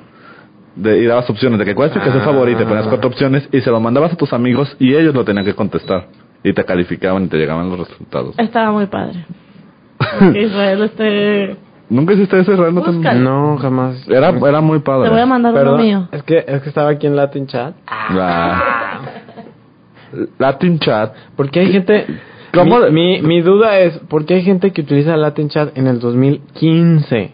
Speaker 5: De, y dabas opciones de que cuál es tu canción
Speaker 4: Ah.
Speaker 5: favorita, y ponías cuatro opciones y se lo mandabas a tus amigos y ellos lo tenían que contestar. Y te calificaban y te llegaban los resultados.
Speaker 6: Estaba muy padre. Porque Israel, este...
Speaker 5: ¿Nunca hiciste eso, Israel? No te-
Speaker 6: Busca.
Speaker 4: No, jamás.
Speaker 5: Era, era muy padre.
Speaker 6: Te voy a mandar uno
Speaker 4: Perdón,
Speaker 6: mío.
Speaker 4: Es que, es que estaba aquí en Latin Chat.
Speaker 5: La- Ah. Latin Chat.
Speaker 4: Porque hay gente...
Speaker 5: ¿Cómo?
Speaker 4: Mi, mi, mi duda es, ¿por qué hay gente que utiliza Latin Chat en el 2015?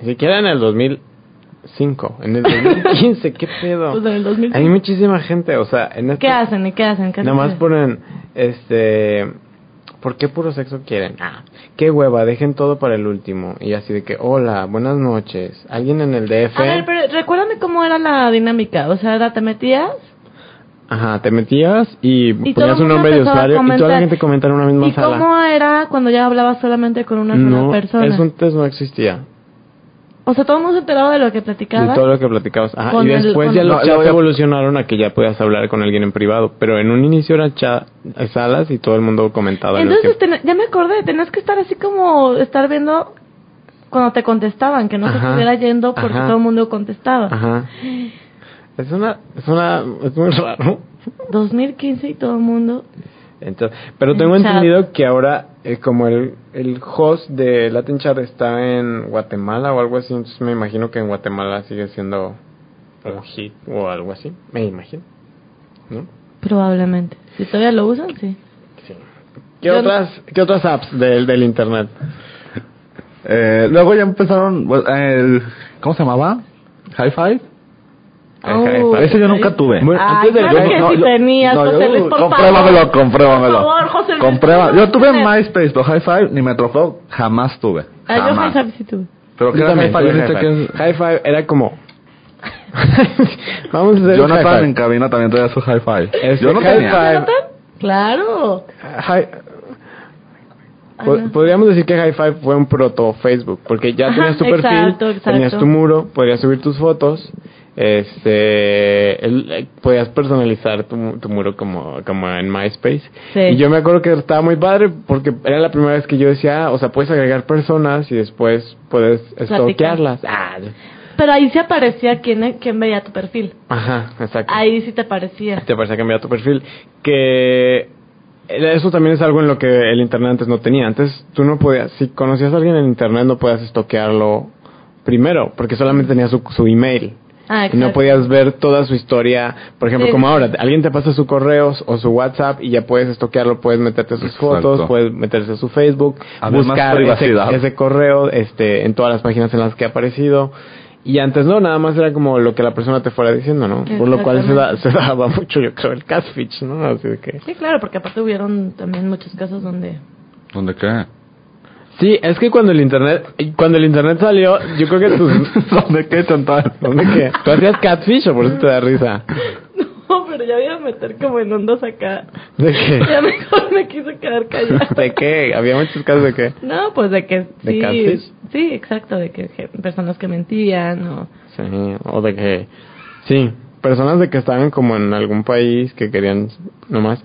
Speaker 4: Ni siquiera en el 2005. En el 2015, ¿qué pedo?
Speaker 6: Pues en el 2000.
Speaker 4: Hay muchísima gente, o sea... En
Speaker 6: ¿Qué
Speaker 4: estos-
Speaker 6: hacen? ¿Y qué hacen? ¿Qué hacen?
Speaker 4: Nada más ponen, este, ¿por qué puro sexo quieren? Ah, qué hueva, dejen todo para el último. Y así de que, hola, buenas noches, ¿alguien en el DF?
Speaker 6: A ver, pero recuérdame cómo era la dinámica. O sea, era, te metías
Speaker 4: Ajá, te metías y,
Speaker 6: y todo
Speaker 4: ponías
Speaker 6: el
Speaker 4: un
Speaker 6: mundo
Speaker 4: nombre de
Speaker 6: empezaba
Speaker 4: usuario
Speaker 6: a
Speaker 4: y toda la
Speaker 6: comentar.
Speaker 4: gente comentaba en una misma
Speaker 6: ¿Y
Speaker 4: sala.
Speaker 6: cómo era cuando ya hablabas solamente con una sola
Speaker 4: no,
Speaker 6: persona?
Speaker 4: es un test no existía.
Speaker 6: O sea, todo el mundo se enteraba de lo que platicaba.
Speaker 4: De todo lo que platicabas. Ajá,
Speaker 6: Con
Speaker 4: y
Speaker 6: el-
Speaker 4: después
Speaker 6: con
Speaker 4: ya
Speaker 6: el-
Speaker 4: los
Speaker 5: No,
Speaker 4: chats
Speaker 5: luego ya-
Speaker 4: evolucionaron a que ya podías hablar con alguien en privado. Pero en un inicio eran cha- salas y todo el mundo comentaba. en los
Speaker 6: Entonces,
Speaker 4: que-
Speaker 6: ten- ya me acordé, tenías que estar así como estar viendo cuando te contestaban, que no se
Speaker 4: Ajá,
Speaker 6: estuviera yendo porque
Speaker 4: ajá.
Speaker 6: todo el mundo contestaba.
Speaker 4: Ajá. Es una, es una, es muy raro.
Speaker 6: 2015 y todo el mundo.
Speaker 4: Entonces, pero tengo
Speaker 6: En chat.
Speaker 4: entendido que ahora, eh, como el, el host de Latin Chat está en Guatemala o algo así, entonces me imagino que en Guatemala sigue siendo un hit o algo así, me imagino. ¿No?
Speaker 6: Probablemente. Si todavía lo usan, sí.
Speaker 4: Sí. ¿Qué,
Speaker 6: Yo-
Speaker 4: otras, ¿Qué otras apps del, del internet?
Speaker 5: Eh, luego ya empezaron, pues, el, ¿cómo se llamaba? High Five.
Speaker 6: Oh,
Speaker 5: Ese yo nunca
Speaker 6: ay.
Speaker 5: tuve.
Speaker 4: Bueno,
Speaker 6: Ay,
Speaker 4: antes de-
Speaker 6: claro
Speaker 4: yo-
Speaker 6: que
Speaker 5: no,
Speaker 6: sí
Speaker 5: yo-
Speaker 6: tenías,
Speaker 5: no, yo-
Speaker 6: José Luis, por favor.
Speaker 5: compruébamelo, compruébamelo.
Speaker 6: Por favor, José Luis.
Speaker 5: Comprueba.
Speaker 6: no
Speaker 5: Yo tuve
Speaker 6: tienes-
Speaker 5: MySpace, pero High Five ni me tocó, jamás tuve.
Speaker 6: Ah, yo
Speaker 5: Jamás.
Speaker 6: Hi-Fi sí tuve.
Speaker 5: Pero que
Speaker 4: Yo
Speaker 5: era High
Speaker 4: también
Speaker 5: Five,
Speaker 4: tuve
Speaker 5: ¿viste que es-
Speaker 4: Hi-Fi. Hi-Fi era como... Vamos a hacer un
Speaker 5: Jonathan
Speaker 4: hi-fi.
Speaker 5: en cabina también traía su High Five.
Speaker 4: Este,
Speaker 5: yo no
Speaker 4: Hi-Fi.
Speaker 5: tenía.
Speaker 6: ¿Jonathan? Claro.
Speaker 4: Hi-
Speaker 6: Ah,
Speaker 4: po-
Speaker 6: no.
Speaker 4: Podríamos decir que Hi-Fi fue un proto Facebook, porque ya
Speaker 6: Ajá,
Speaker 4: tenías tu perfil,
Speaker 6: exacto, exacto.
Speaker 4: tenías tu muro, podías subir tus fotos, este, el- eh, podías personalizar tu, mu- tu muro como, como en MySpace.
Speaker 6: Sí.
Speaker 4: Y yo me acuerdo que estaba muy padre porque era la primera vez que yo decía, ah, o sea, puedes agregar personas y después puedes stalkearlas. Ah,
Speaker 6: Pero ahí sí aparecía quién, quién veía tu perfil.
Speaker 4: Ajá, exacto.
Speaker 6: Ahí sí te aparecía.
Speaker 4: te parece cambiar tu perfil. Que eso también es algo en lo que el internet antes no tenía. Antes tú no podías, si conocías a alguien en internet no podías estoquearlo primero, porque solamente tenía su, su email.
Speaker 6: Ah,
Speaker 4: Y
Speaker 6: exacto.
Speaker 4: no podías ver toda su historia, por ejemplo,
Speaker 6: Sí.
Speaker 4: como ahora, alguien te pasa su correo o su WhatsApp y ya puedes estoquearlo, puedes meterte a sus
Speaker 5: Exacto.
Speaker 4: fotos, puedes meterse a su Facebook,
Speaker 5: Había más
Speaker 4: buscar ese,
Speaker 5: privacidad.
Speaker 4: ese correo este, en todas las páginas en las que ha aparecido. Y antes no, nada más era como lo que la persona te fuera diciendo, ¿no? Por lo cual se, da- se daba mucho, yo creo, el catfish, ¿no? Así de que...
Speaker 6: Sí, claro, porque aparte hubieron también muchos casos donde...
Speaker 5: ¿Dónde qué?
Speaker 4: Sí, es que cuando el internet, cuando el internet salió, yo creo que tus...
Speaker 5: ¿Dónde qué, Chantal?
Speaker 4: ¿Dónde qué? ¿Tú hacías catfish o por eso te da risa?
Speaker 6: No, pero ya voy a meter como en ondas acá.
Speaker 4: ¿De qué?
Speaker 6: Ya mejor me quise quedar callada.
Speaker 4: ¿De qué? Había muchos casos de que...
Speaker 6: No, pues de que
Speaker 4: ¿De
Speaker 6: sí.
Speaker 4: catfish?
Speaker 6: sí, exacto, de que je- personas que mentían o...
Speaker 4: Sí, o de que... Sí, personas de que estaban como en algún país que querían nomás...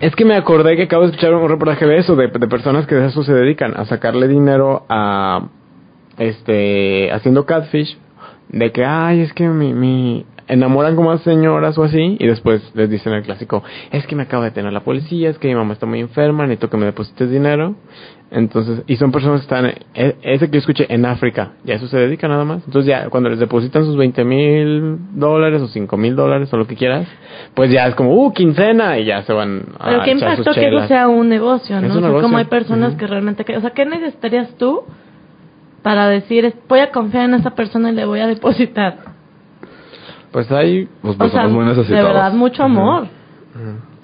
Speaker 4: Es que me acordé que acabo de escuchar un reportaje de eso, de, de personas que de eso se dedican, a sacarle dinero a... Este... Haciendo catfish, de que, ay, es que mi... mi enamoran como a señoras o así y después les dicen el clásico, es que me acaba de tener la policía, es que mi mamá está muy enferma, necesito que me deposites dinero. Entonces, y son personas que están, e- ese que yo escuché, en África, ya eso se dedica nada más. Entonces ya cuando les depositan sus 20 mil dólares o 5 mil dólares o lo que quieras, pues ya es como, uh, quincena y ya se van a...
Speaker 5: Ah,
Speaker 6: Pero
Speaker 4: echar
Speaker 6: qué impacto
Speaker 4: sus
Speaker 6: que eso
Speaker 4: chelas.
Speaker 6: sea un negocio,
Speaker 4: Es
Speaker 6: ¿no?
Speaker 4: un
Speaker 6: O sea,
Speaker 4: negocio.
Speaker 6: como hay personas
Speaker 4: Ujú.
Speaker 6: que realmente... que- O sea, ¿qué necesitarías tú para decir, es- voy a confiar en esa persona y le voy a depositar?
Speaker 4: Pues hay...
Speaker 5: Pues
Speaker 6: O sea,
Speaker 5: personas muy
Speaker 6: de
Speaker 5: necesitadas.
Speaker 6: verdad, mucho amor.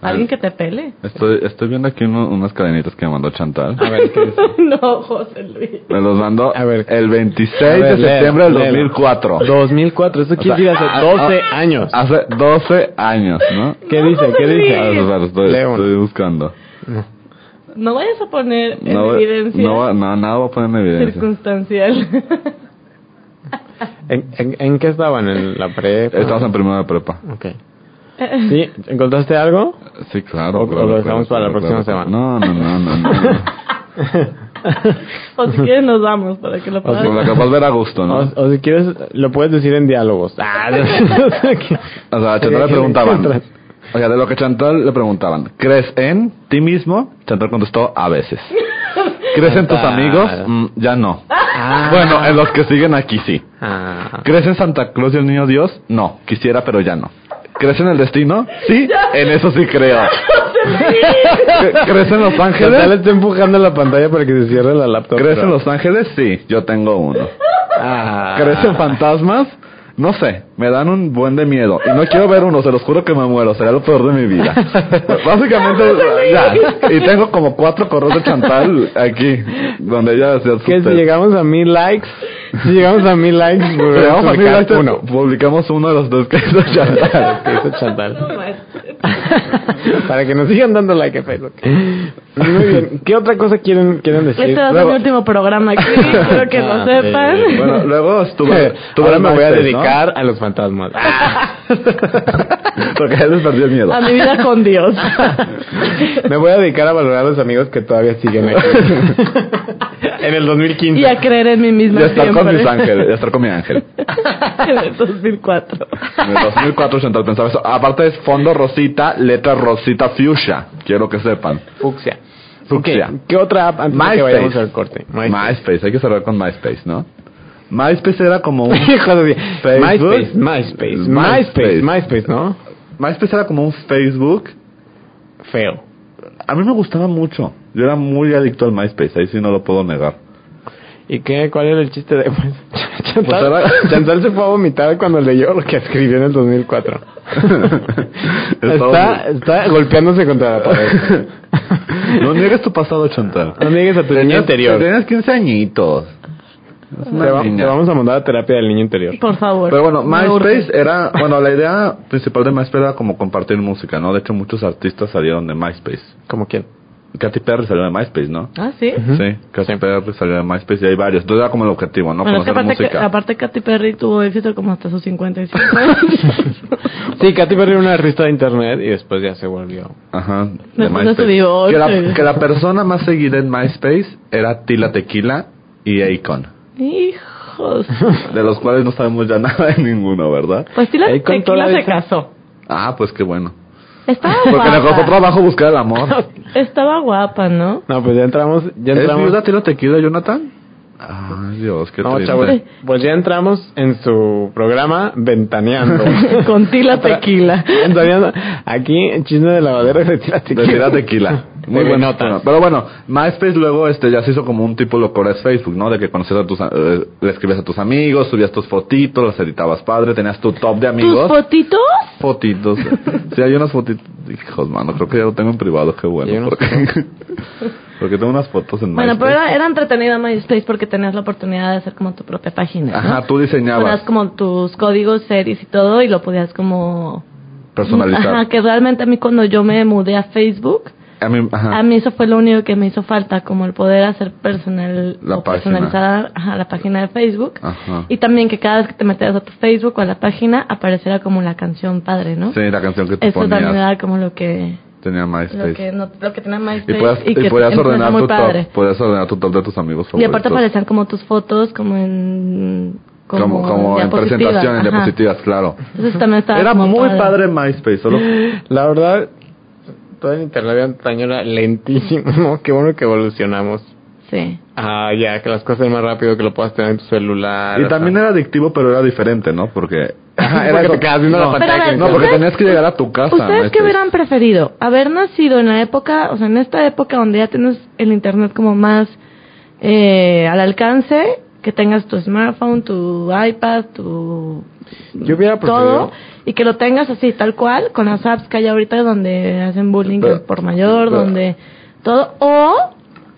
Speaker 6: Alguien
Speaker 5: Al-
Speaker 6: que te pele.
Speaker 5: Estoy, estoy viendo aquí uno- unas cadenitas que me mandó Chantal.
Speaker 4: A ver, ¿qué dice?
Speaker 6: no, José Luis.
Speaker 5: Me los mandó
Speaker 4: A ver.
Speaker 5: el 26
Speaker 4: A ver,
Speaker 5: de
Speaker 4: léelo,
Speaker 5: septiembre del
Speaker 4: léelo.
Speaker 5: 2004.
Speaker 4: 2004, eso quiere
Speaker 5: O sea,
Speaker 4: decir
Speaker 5: a-
Speaker 4: hace
Speaker 5: a-
Speaker 4: 12 años.
Speaker 5: Hace 12 años, ¿no?
Speaker 4: ¿Qué
Speaker 6: No,
Speaker 4: dice?
Speaker 6: José
Speaker 4: ¿Qué
Speaker 5: A
Speaker 4: dice?
Speaker 5: ver, o sea, lo estoy,
Speaker 4: Leo.
Speaker 5: estoy buscando.
Speaker 6: No vayas a poner
Speaker 5: No,
Speaker 6: en evidencia
Speaker 5: no, va- no, nada voy a poner en evidencia.
Speaker 6: circunstancial.
Speaker 4: ¿En, en, en qué estaban? ¿En la prepa?
Speaker 5: Estamos en primero de prepa.
Speaker 4: Ok. ¿Sí? ¿Encontraste algo?
Speaker 5: Sí, claro.
Speaker 4: O- o
Speaker 5: claro,
Speaker 4: lo
Speaker 5: claro,
Speaker 4: dejamos para la
Speaker 5: claro,
Speaker 4: próxima
Speaker 5: claro.
Speaker 4: semana.
Speaker 5: No, no, no, no. no.
Speaker 6: o si quieres nos vamos para que lo
Speaker 5: O sea,
Speaker 6: puedas.
Speaker 5: la capaz de ver a gusto, ¿no?
Speaker 4: O, o si quieres, lo puedes decir en diálogos. Ah, no sé qué.
Speaker 5: O sea, a Chantal le preguntaban. O sea, de lo que Chantal le preguntaban, ¿crees en ti mismo? Chantal contestó, a veces. ¿Crees en tus
Speaker 4: Chantal.
Speaker 5: amigos? Mm, ya no.
Speaker 4: Ah.
Speaker 5: Bueno, en los que siguen aquí sí.
Speaker 4: Ah.
Speaker 5: ¿Crees en Santa Claus y el niño Dios? No, quisiera, pero ya no. ¿Crees en el destino? Sí, en eso sí creo. ¿Crees en Los
Speaker 4: Chantal
Speaker 5: Ángeles?
Speaker 4: está empujando la pantalla para que se cierre la laptop.
Speaker 5: ¿Crees en
Speaker 4: pero-
Speaker 5: Los Ángeles? Sí, yo tengo uno.
Speaker 4: Ah.
Speaker 5: ¿Crees en fantasmas? No sé, me dan un buen de miedo. Y no quiero ver uno, se los juro que me muero, será lo peor de mi vida. Básicamente, ya. Y tengo como cuatro correos de Chantal aquí, donde ella decía sus
Speaker 4: Que si
Speaker 5: test.
Speaker 4: llegamos a mil likes, Si llegamos a mil likes,
Speaker 5: Pero vamos a
Speaker 4: publicar
Speaker 5: publicar
Speaker 4: uno.
Speaker 5: Publicamos uno de los dos que hizo Chantal.
Speaker 4: Que hizo Chantal.
Speaker 6: No, este maestro.
Speaker 4: Para que nos sigan dando like a Facebook. Muy bien. ¿Qué otra cosa quieren, quieren decir?
Speaker 6: Este va a ser
Speaker 4: Luego-
Speaker 6: mi último programa aquí, espero que lo
Speaker 4: Ah,
Speaker 6: sepan.
Speaker 4: sí.
Speaker 5: bueno, luego estuvo. estuvo
Speaker 4: Ahora
Speaker 5: el
Speaker 4: me voy a
Speaker 5: Maxes, ¿no?
Speaker 4: dedicar a los fantasmas.
Speaker 5: Porque ya les perdió el miedo.
Speaker 6: A mi vida con Dios.
Speaker 4: me voy a dedicar a valorar a los amigos que todavía siguen aquí. en el 2015.
Speaker 6: y a creer en mí misma
Speaker 5: Ya estar
Speaker 6: siempre.
Speaker 5: con mis ángeles, ya estar con mi ángel.
Speaker 6: en el 2004.
Speaker 5: En el 2004 Chantal pensaba eso. Aparte es fondo rosita, letra rosita fuchsia. Quiero que sepan.
Speaker 4: Fucsia.
Speaker 5: Fucsia.
Speaker 4: Ok, ¿Qué otra app antes de que vayamos al corte?
Speaker 5: MySpace. hay que cerrar con MySpace, ¿no? MySpace era como un...
Speaker 4: Hijo de-
Speaker 5: Facebook.
Speaker 4: MySpace, MySpace, MySpace, MySpace, ¿no?
Speaker 5: MySpace era como un Facebook.
Speaker 4: Feo.
Speaker 5: A mí me gustaba mucho. Yo era muy adicto al MySpace, ahí sí no lo puedo negar.
Speaker 4: ¿Y qué? ¿Cuál era el chiste de...? Pues, Chantal,
Speaker 5: Pues era-
Speaker 4: Chantal se fue a vomitar cuando leyó lo que escribió en el 2004. está,
Speaker 5: Estaba-
Speaker 4: está golpeándose contra la pared.
Speaker 5: No niegues tu pasado, Chantal.
Speaker 4: No niegues a tu niño
Speaker 5: Tenías-
Speaker 4: interior.
Speaker 5: Tenías 15 añitos. Es una
Speaker 4: Te, va-
Speaker 5: niña.
Speaker 4: te vamos a mandar a terapia del niño interior.
Speaker 6: Por favor.
Speaker 5: Pero bueno,
Speaker 6: Me urge.
Speaker 5: MySpace era, bueno, la idea principal de MySpace era como compartir música, ¿no? De hecho, muchos artistas salieron de MySpace.
Speaker 4: ¿Como quién?
Speaker 5: Katy Perry salió de MySpace, ¿no?
Speaker 6: Ah, sí.
Speaker 5: Sí, Katy
Speaker 4: Sí.
Speaker 5: Perry salió de MySpace y hay varios. Entonces era como el objetivo, ¿no?
Speaker 6: bueno, es que
Speaker 5: Conocer
Speaker 6: aparte, que,
Speaker 5: música.
Speaker 6: aparte Katy Perry tuvo éxito como hasta sus 55 años.
Speaker 4: Sí, Katy Perry era una artista de internet y después ya se volvió.
Speaker 5: Ajá,
Speaker 4: pues
Speaker 5: de
Speaker 6: Después de
Speaker 5: MySpace.
Speaker 6: su divorcio.
Speaker 5: que, la, que la persona más seguida en MySpace era Tila Tequila y Akon.
Speaker 6: Hijos.
Speaker 5: De los cuales no sabemos ya nada de ninguno, ¿verdad?
Speaker 6: Pues sí, la
Speaker 4: Ahí con
Speaker 6: tequila
Speaker 4: toda
Speaker 6: se
Speaker 4: esa-
Speaker 6: casó.
Speaker 5: Ah, pues qué bueno.
Speaker 6: Estaba
Speaker 5: Porque me costó
Speaker 6: guapa.
Speaker 5: trabajo buscar el amor.
Speaker 6: Estaba guapa, ¿no?
Speaker 4: No, pues ya entramos, ya
Speaker 5: ¿Es
Speaker 4: entramos.
Speaker 5: viuda Tila Tequila, Jonathan? Ay, Dios, qué
Speaker 4: No,
Speaker 5: triste.
Speaker 4: chavos, pues ya entramos en su programa Ventaneando.
Speaker 6: Con tila tequila.
Speaker 4: Ventaneando. Aquí, en chisme de lavadero y de tira tequila.
Speaker 5: De tira tequila. Muy
Speaker 4: De
Speaker 5: buena
Speaker 4: notas.
Speaker 5: bueno, Pero bueno, MySpace luego este ya se hizo como un tipo lo que ahora es Facebook, ¿no? De que conocías a tus a- eh, le escribías a tus amigos, subías tus fotitos, las editabas padre, tenías tu top de
Speaker 6: ¿Tus
Speaker 5: amigos.
Speaker 6: fotitos?
Speaker 5: fotitos. sí, hay unas fotitos. Hijos, mano, creo que ya lo tengo en privado, qué
Speaker 4: Yo
Speaker 5: bueno.
Speaker 4: no
Speaker 5: Porque, porque tengo unas fotos en
Speaker 6: Bueno,
Speaker 5: MySpace.
Speaker 6: pero era, era entretenida MySpace porque tenías la oportunidad de hacer como tu propia página. ¿no?
Speaker 5: Ajá, tú diseñabas,
Speaker 6: Ponías como tus códigos, series y todo y lo podías como...
Speaker 5: personalizar.
Speaker 6: Ajá, que realmente a mí cuando yo me mudé a Facebook,
Speaker 5: a mí, ajá.
Speaker 6: a mí eso fue lo único que me hizo falta, como el poder hacer personal
Speaker 5: La
Speaker 6: o
Speaker 5: página.
Speaker 6: personalizar ajá, la página de Facebook.
Speaker 5: Ajá.
Speaker 6: Y también que cada vez que te metías a tu Facebook o a la página apareciera como la canción padre, ¿no?
Speaker 5: Sí, la canción que tú
Speaker 6: Eso
Speaker 5: ponías
Speaker 6: también era como lo que
Speaker 5: tenía
Speaker 6: lo
Speaker 5: MySpace.
Speaker 6: que, no, lo que tenía
Speaker 5: Y
Speaker 6: MySpace
Speaker 5: podías, y
Speaker 6: que
Speaker 5: podías
Speaker 6: era
Speaker 5: ordenar
Speaker 6: muy
Speaker 5: tu
Speaker 6: padre.
Speaker 5: top, podías ordenar tu top de tus amigos
Speaker 6: Y aparte
Speaker 5: favoritos.
Speaker 6: aparecían como tus fotos como en
Speaker 5: como,
Speaker 6: como,
Speaker 5: como en
Speaker 6: diapositivas,
Speaker 5: presentación, en
Speaker 6: ajá.
Speaker 5: diapositivas, claro.
Speaker 6: Entonces también estaba
Speaker 5: Era
Speaker 6: como Ah,
Speaker 5: muy padre MySpace, solo
Speaker 4: La verdad, todo el internet antaño era lentísimo. Qué bueno que evolucionamos.
Speaker 6: Sí.
Speaker 4: Ah, ya, que las cosas más rápido, que lo puedas tener en tu celular.
Speaker 5: y también era adictivo, pero era diferente, ¿no? Porque
Speaker 4: Ajá,
Speaker 5: era
Speaker 4: porque
Speaker 5: como-
Speaker 4: te quedas viendo
Speaker 5: no,
Speaker 4: la
Speaker 6: Pero a
Speaker 4: pantalla.
Speaker 6: ver,
Speaker 4: que-
Speaker 5: no, porque
Speaker 6: ¿ustedes-
Speaker 5: tenías que llegar a tu casa.
Speaker 6: ¿Ustedes qué
Speaker 4: Este,
Speaker 5: MySpace.
Speaker 6: hubieran preferido? ¿Haber nacido en la época, o sea, en esta época donde ya tienes el internet como más eh, al alcance, que tengas tu smartphone, tu iPad, tu.
Speaker 4: Yo hubiera preferido-
Speaker 6: Todo, y que lo tengas así, tal cual, con las apps que hay ahorita donde hacen bullying
Speaker 5: Pero-
Speaker 6: por mayor,
Speaker 5: pero-
Speaker 6: donde. Todo, o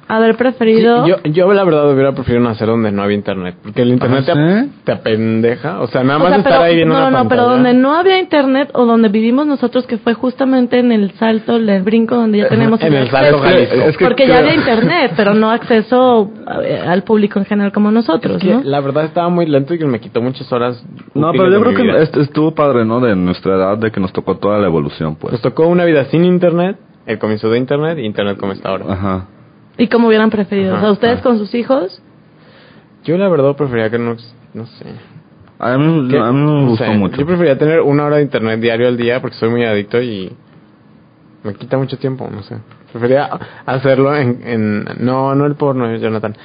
Speaker 6: haber
Speaker 4: Sí,
Speaker 6: preferido.
Speaker 4: yo, yo la verdad hubiera preferido nacer donde no había internet, porque el internet
Speaker 5: Ah,
Speaker 4: te,
Speaker 5: ¿sí?
Speaker 4: te apendeja, o sea, nada
Speaker 6: O
Speaker 4: más
Speaker 6: sea,
Speaker 4: estar
Speaker 6: pero-
Speaker 4: ahí viendo
Speaker 6: no,
Speaker 4: una
Speaker 6: no, no,
Speaker 4: pantalla.
Speaker 6: pero donde no había internet o donde vivimos nosotros, que fue justamente en el salto, el brinco, donde ya tenemos
Speaker 4: en el
Speaker 6: acceso.
Speaker 4: Salto Jalisco.
Speaker 5: Es que
Speaker 6: Porque ya
Speaker 5: creo-
Speaker 6: había internet, pero no acceso a ver, al público en general como nosotros,
Speaker 4: Que
Speaker 6: ¿no?
Speaker 4: La verdad estaba muy lento y que me quitó muchas horas.
Speaker 5: No,
Speaker 4: útiles
Speaker 5: pero yo
Speaker 4: de
Speaker 5: creo
Speaker 4: mi
Speaker 5: que
Speaker 4: vida.
Speaker 5: est- estuvo padre, ¿no? De nuestra edad, de que nos tocó toda la evolución, pues.
Speaker 4: Nos tocó una vida sin internet, el comienzo de internet y internet como está ahora.
Speaker 5: Ajá.
Speaker 6: Y como hubieran preferido. o sea,
Speaker 4: Ajá,
Speaker 6: ustedes con sus hijos,
Speaker 4: Yo la verdad prefería que no, no sé.
Speaker 5: A mí,
Speaker 4: que-
Speaker 5: a mí me
Speaker 4: no
Speaker 5: gustó
Speaker 4: sé,
Speaker 5: mucho.
Speaker 4: Yo prefería tener una hora de internet diario al día porque soy muy adicto y me quita mucho tiempo, no sé. Prefería hacerlo en, en no, no el porno, Jonathan.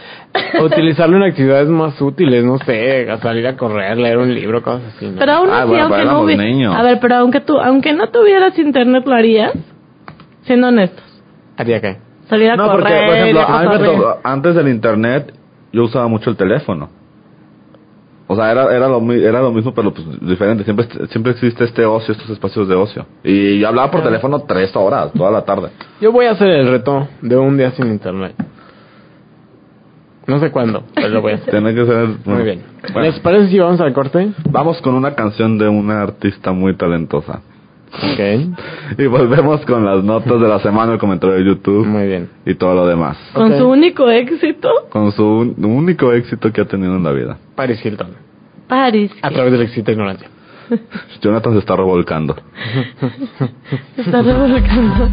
Speaker 4: Utilizarlo en actividades más útiles, no sé, a salir a correr, leer un libro, cosas así. ¿no?
Speaker 6: pero aún
Speaker 5: Ah,
Speaker 6: así,
Speaker 5: bueno,
Speaker 6: aunque
Speaker 5: pero
Speaker 6: no
Speaker 5: éramos
Speaker 6: hubiera...
Speaker 5: niños.
Speaker 6: A ver, pero aunque tú, aunque no tuvieras internet, ¿lo harías? Siendo honestos.
Speaker 4: haría qué?
Speaker 6: Salir a
Speaker 5: No,
Speaker 6: correr,
Speaker 5: porque, por ejemplo,
Speaker 6: ir a
Speaker 5: a mí me
Speaker 6: cotorrear.
Speaker 5: tocó- antes del internet, yo usaba mucho el teléfono. O sea, era, era, lo, mi- era lo mismo, pero pues, diferente. Siempre, est- siempre existe este ocio, estos espacios de ocio. Y yo hablaba
Speaker 4: Ah.
Speaker 5: por teléfono tres horas, toda la tarde.
Speaker 4: Yo voy a hacer el reto de un día sin internet. No sé cuándo, pero lo voy a hacer.
Speaker 5: Tiene que ser.
Speaker 4: Muy bien.
Speaker 5: Bueno,
Speaker 4: ¿Les parece si vamos al corte?
Speaker 5: Vamos con una canción de una artista muy talentosa.
Speaker 4: Ok.
Speaker 5: Y volvemos con las notas de la semana, el comentario de YouTube
Speaker 4: Muy bien.
Speaker 5: y todo lo demás.
Speaker 6: Con
Speaker 4: Ok.
Speaker 6: su único éxito,
Speaker 5: Con su un- único éxito que ha tenido en la vida.
Speaker 4: Paris Hilton.
Speaker 6: Paris.
Speaker 4: A través del éxito e ignorancia.
Speaker 5: Jonathan se está revolcando.
Speaker 6: Se está revolcando.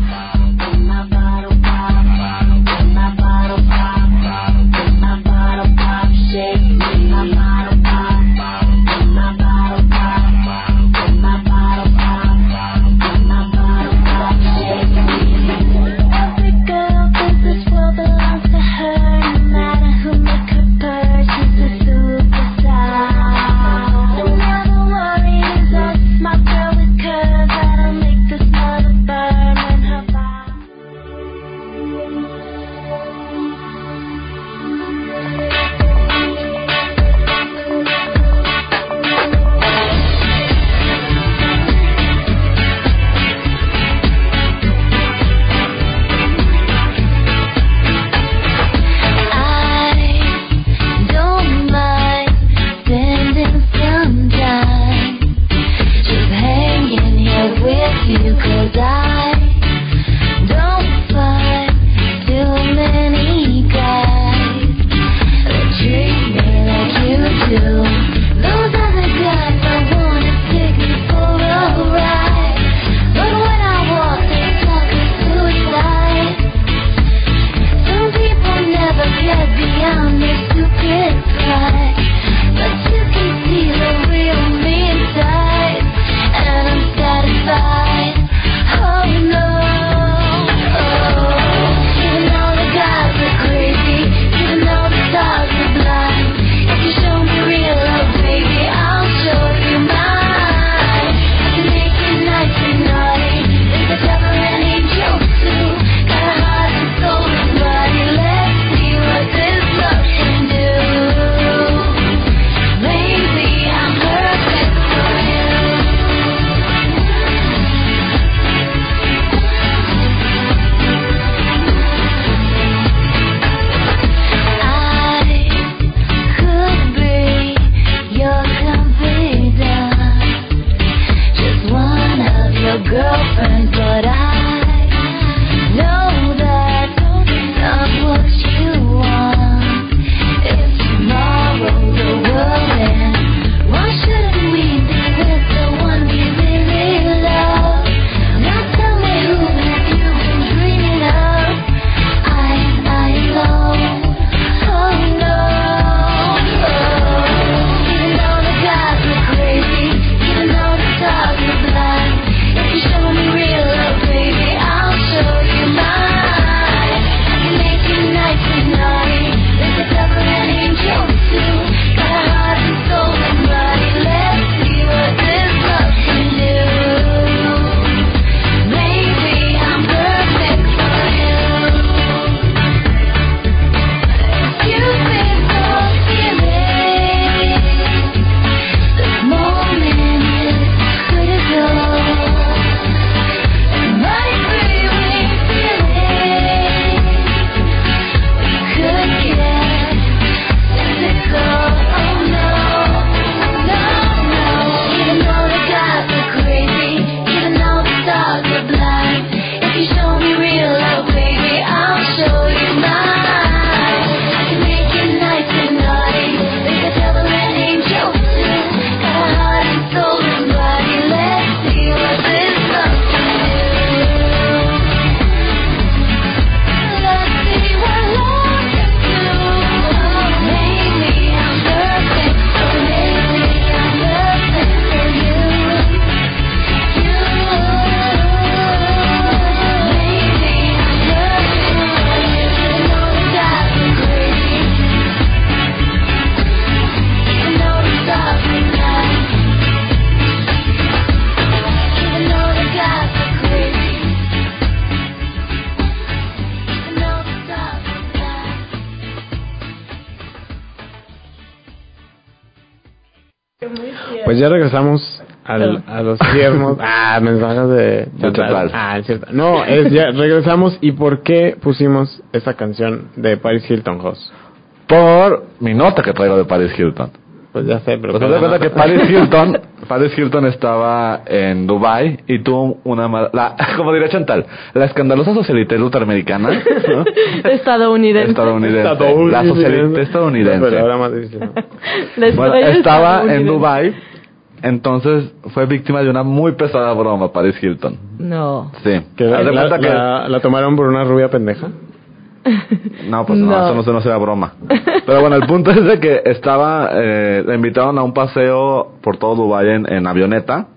Speaker 2: Don't mind spending some time just hanging here with you, 'cause I don't find too many guys that treat me like you do. Those other guys I wanna take me for a ride, but when I walk, they talk of suicide. Some people never get beyond their stupid pride, but you can see the real me inside, and I'm satisfied. Oh no, even though the guys are crazy, even though the stars are blind, if you show me real love, baby, I'll show you mine. I can make you nice and naughty, if I ever an angel too, got a heart and soul and body. Let's see what this love can do. Maybe I'm perfect for you. I could be your confidant, just one of your girlfriends, but I know that not what you want. If tomorrow the world ends, why shouldn't we be with the one we really love? Now tell me who have you been dreaming of? I, I alone. Oh no. Even though the gods are crazy, even though the stars are blind, if you show me real love, baby, I'll show you mine. I can make you nice and naughty, like a devil and angel too. Got a heart and soul and body. Let's see what this love can do. Maybe I'm perfect for you. Cupid throws feelings. This moment is critical. My freeway feelings. We could get physical. Oh no, no, no. Even though the gods are crazy, even though the stars are blind, if you show me real love, baby, I'll show you mine. I can make you nice and naughty, like a devil and angel too. Got a heart and soul and body. Let's see what this love can do. Let's see what love can do. Maybe I'm perfect for you. I'm perfect for you. You. Maybe I'm perfect for you. Even though the stars are crazy, even though the stars are blind, even though the stars are crazy, even though the stars are blind.
Speaker 4: Pues ya regresamos al, a los tiernos. Ah, mensajes de.
Speaker 5: De Total.
Speaker 4: Ah, es cierto. No, es ya regresamos. ¿Y por qué pusimos esa canción de Paris Hilton Hoss?
Speaker 5: por mi nota que traigo de Paris Hilton.
Speaker 4: Pues ya sé, pero...
Speaker 5: Pues haz de cuenta que Paris Hilton, Paris Hilton estaba en Dubai y tuvo una ma- la, como diría Chantal, la escandalosa socialité norteamericana ¿no?
Speaker 6: Estadounidense.
Speaker 5: estadounidense, la socialité estadounidense.
Speaker 4: Pero ahora más difícil. ¿no?
Speaker 6: La
Speaker 5: Bueno,
Speaker 6: estrella
Speaker 5: estaba en
Speaker 6: estadounidense.
Speaker 5: Dubai, entonces fue víctima de una muy pesada broma Paris Hilton.
Speaker 6: No.
Speaker 5: Sí.
Speaker 4: Que
Speaker 5: Haz
Speaker 4: la,
Speaker 5: de
Speaker 4: la-
Speaker 5: cuenta que-
Speaker 4: la- la tomaron por una rubia pendeja.
Speaker 5: No, pues no,
Speaker 6: No.
Speaker 5: eso no, se- no será broma. Pero bueno, el punto es de que estaba, eh, la invitaron a un paseo por todo Dubái en, en avioneta.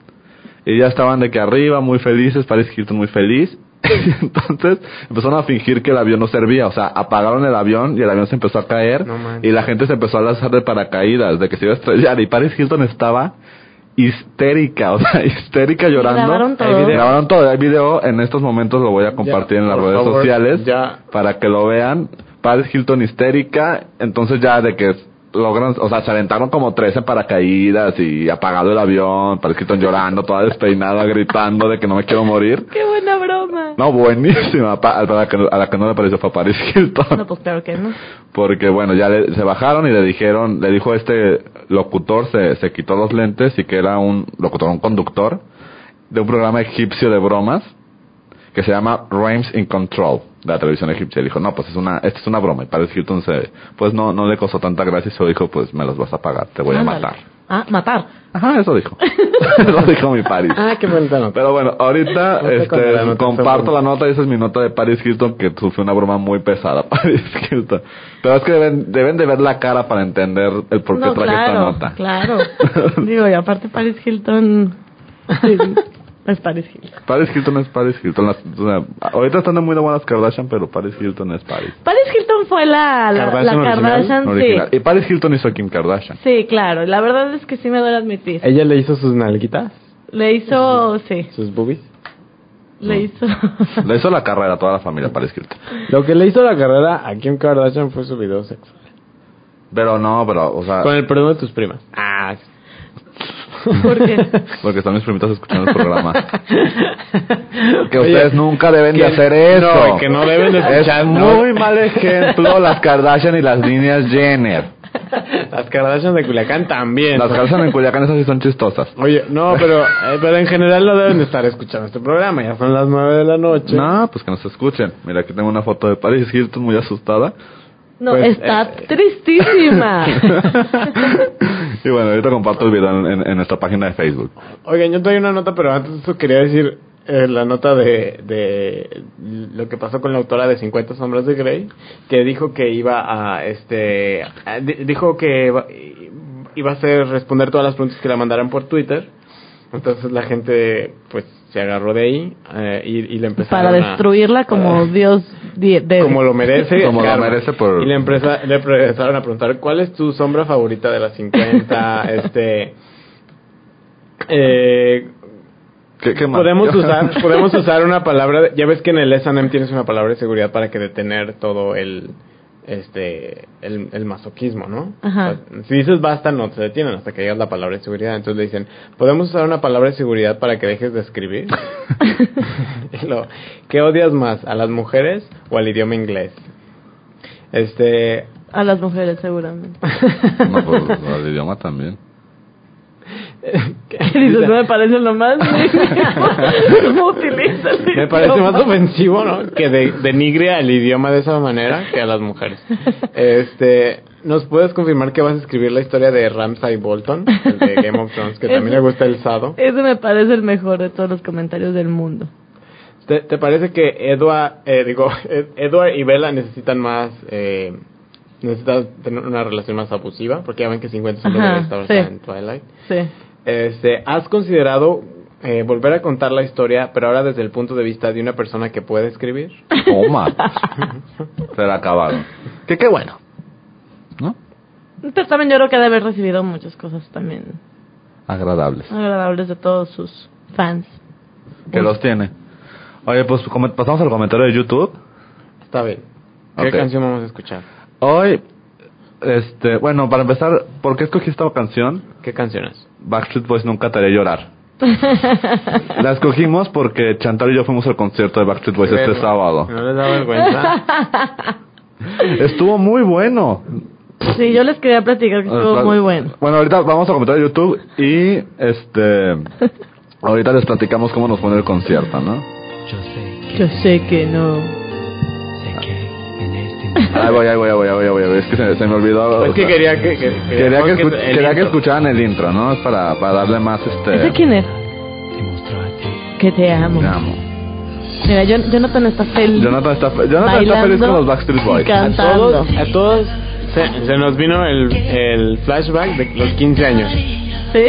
Speaker 5: Y ya estaban de que arriba, muy felices, Paris Hilton muy feliz. Y entonces empezaron a fingir que el avión no servía. O sea, apagaron el avión y el avión se empezó a caer.
Speaker 4: No manches.
Speaker 5: y la gente se empezó a lanzar de paracaídas, de que se iba a estrellar. Y Paris Hilton estaba histérica, o sea, histérica llorando.
Speaker 6: grabaron todo.
Speaker 5: Hay video. Grabaron todo. Hay video, en estos momentos lo voy a compartir en las
Speaker 4: por
Speaker 5: redes
Speaker 4: favor,
Speaker 5: sociales
Speaker 4: ya.
Speaker 5: para que lo vean. Paris Hilton histérica, entonces ya de que logran, o sea, se aventaron como 13 paracaídas y apagado el avión, Paris Hilton llorando, toda despeinada, gritando de que no me quiero morir.
Speaker 6: Qué buena broma.
Speaker 5: No, buenísima, pa- a, la que, a la que no le pareció fue a Paris Hilton.
Speaker 6: No, pues claro que no.
Speaker 5: Porque bueno, ya le- se bajaron y le dijeron, le dijo este locutor, se, se quitó los lentes y que era un locutor, un conductor de un programa egipcio de bromas que se llama Rhymes in Control de la televisión egipcia. Le dijo, no, pues es una, esto es una broma. Y Paris Hilton se, pues no, no le costó tanta gracia y se dijo, pues me los vas a pagar, te voy a
Speaker 6: Ándale.
Speaker 5: matar.
Speaker 6: Ah, matar.
Speaker 5: Ajá, eso dijo. eso dijo mi Paris.
Speaker 4: Ah, qué bonita nota.
Speaker 5: Pero bueno, ahorita
Speaker 4: Ahorita con
Speaker 5: este,
Speaker 4: la nota
Speaker 5: comparto
Speaker 4: fue
Speaker 5: la nota y esa es mi nota de Paris Hilton que sufrió una broma muy pesada. Paris Hilton. Pero es que deben, deben de ver la cara para entender el por qué
Speaker 6: no,
Speaker 5: traje
Speaker 6: claro,
Speaker 5: esta nota.
Speaker 6: claro. Digo, y aparte Paris Hilton... sí, es Paris Hilton.
Speaker 5: Paris Hilton es Paris Hilton. Las- o sea, ahorita están de muy de buenas Kardashian, pero Paris Hilton es Paris.
Speaker 6: Paris Hilton fue la, la
Speaker 4: Kardashian
Speaker 6: la
Speaker 4: original,
Speaker 6: Kardashian
Speaker 5: Original. Y Paris Hilton hizo a Kim Kardashian.
Speaker 6: sí. Sí, claro. La verdad es que sí me duele admitir.
Speaker 4: Ella le hizo sus nalguitas,
Speaker 6: Le hizo, sí,
Speaker 4: sus boobies.
Speaker 6: le hizo...
Speaker 5: Le hizo la carrera a toda la familia Paris Hilton.
Speaker 4: Lo que le hizo la carrera a Kim Kardashian fue su video sexual.
Speaker 5: Pero no, pero, o sea,
Speaker 4: Con el perdón de tus primas. Ah,
Speaker 6: ¿Por qué?
Speaker 5: porque están mis primitas escuchando el programa. Que ustedes nunca deben de
Speaker 4: que-
Speaker 5: hacer eso.
Speaker 4: no, que no deben de escuchar,
Speaker 5: Es
Speaker 4: no.
Speaker 5: muy mal ejemplo las Kardashian y las niñas Jenner.
Speaker 4: Las Kardashian de Culiacán también.
Speaker 5: Las Kardashian en Culiacán esas sí son chistosas.
Speaker 4: Oye, no, pero, eh, pero en general no deben de estar escuchando este programa. Ya son las nueve de la noche.
Speaker 5: No, pues que nos escuchen. Mira, aquí tengo una foto de Paris Hilton muy asustada.
Speaker 6: No,
Speaker 4: Pues,
Speaker 6: está
Speaker 4: eh,
Speaker 6: tristísima.
Speaker 5: y bueno, ahorita comparto el video en, en- en nuestra página de Facebook.
Speaker 4: Oigan, yo traigo una nota, pero antes de eso quería decir eh, la nota de, de lo que pasó con la autora de 50 sombras de Grey, que dijo que iba a, este, a- di- dijo que va- iba a hacer responder todas las preguntas que la mandaran por Twitter. Entonces la gente, pues, se agarró de ahí eh, y, y le empezaron
Speaker 6: Para
Speaker 4: a- Ah,
Speaker 6: destruirla como Dios di- debe.
Speaker 4: como lo merece.
Speaker 5: Como lo
Speaker 4: Karma.
Speaker 5: merece por-
Speaker 4: Y le, empresa, le empezaron a preguntar, ¿cuál es tu sombra favorita de las 50? este... Eh,
Speaker 5: ¿Qué, qué más?
Speaker 4: podemos usar podemos usar una palabra de- ya ves que en el S&M tienes una palabra de seguridad para que detener todo el este el, el masoquismo no
Speaker 6: Ajá.
Speaker 4: O sea, si dices basta no te detienen hasta que digas la palabra de seguridad entonces le dicen podemos usar una palabra de seguridad para que dejes de escribir Y lo- qué odias más a las mujeres o al idioma inglés este
Speaker 6: A las mujeres, seguramente.
Speaker 5: No, pues, el idioma también.
Speaker 6: Dices, no me parece lo más mínimo. Utiliza el
Speaker 4: Me parece
Speaker 6: idioma.
Speaker 4: más ofensivo, ¿no? Que de- denigre al idioma de esa manera que a las mujeres. Este, ¿nos puedes confirmar que vas a escribir la historia de Ramsay Bolton, el de Game of Thrones, que también le gusta el sado?
Speaker 6: Ese me parece el mejor de todos los comentarios del mundo.
Speaker 4: ¿Te, te parece que Edward, eh, digo, Ed- Edward y Bella necesitan más, eh, necesitan tener una relación más abusiva? Porque ya ven que 50 sombras
Speaker 6: Ajá,
Speaker 4: de Grey está basada
Speaker 6: sí.
Speaker 4: en Twilight.
Speaker 6: Sí.
Speaker 4: Este, ¿Has considerado eh, volver a contar la historia, pero ahora desde el punto de vista de una persona que puede escribir?
Speaker 5: Toma. Se la acabaron.
Speaker 4: Que qué bueno.
Speaker 5: ¿No?
Speaker 6: Pero también yo creo que debe haber recibido muchas cosas también
Speaker 5: Agradables.
Speaker 6: agradables de todos sus fans.
Speaker 5: Que los tiene. Oye, pues como- pasamos al comentario de YouTube.
Speaker 4: Está bien. ¿Qué
Speaker 5: Ok.
Speaker 4: canción vamos a escuchar?
Speaker 5: Hoy, este, bueno, para empezar, ¿por qué escogí esta canción?
Speaker 4: ¿Qué canciones?
Speaker 5: Backstreet Boys nunca te haré llorar. La escogimos porque Chantal y yo fuimos al concierto de Backstreet Boys este Pues sábado.
Speaker 4: ¿No les da vergüenza?
Speaker 5: Estuvo muy bueno.
Speaker 6: Sí, yo les quería platicar
Speaker 5: Ah,
Speaker 6: que estuvo muy bueno.
Speaker 5: Bueno, ahorita vamos a comentar YouTube y este. ahorita les platicamos cómo nos pone el concierto, ¿no?
Speaker 6: Yo sé que no.
Speaker 5: Eh.
Speaker 6: este
Speaker 5: Ahí voy, ahí voy, ahí voy, ahí voy, ahí voy. Es que se, se me olvidó.
Speaker 4: Es
Speaker 5: o
Speaker 4: que
Speaker 5: sea,
Speaker 4: quería que... que-
Speaker 5: quería que, escu-
Speaker 4: el
Speaker 5: quería que
Speaker 4: intro.
Speaker 5: escucharan el intro, ¿no? Es para, para darle más
Speaker 6: ¿Ese
Speaker 5: este.
Speaker 6: quién es? Que te amo.
Speaker 5: Te amo.
Speaker 6: Mira, Jon- Jonathan está feliz.
Speaker 5: Jonathan está, fe- Jonathan está
Speaker 6: Bailando
Speaker 5: feliz con los Backstreet Boys.
Speaker 6: y can-
Speaker 4: A todos, a todos se, se nos vino el, el flashback de los 15 años.
Speaker 6: ¿Sí?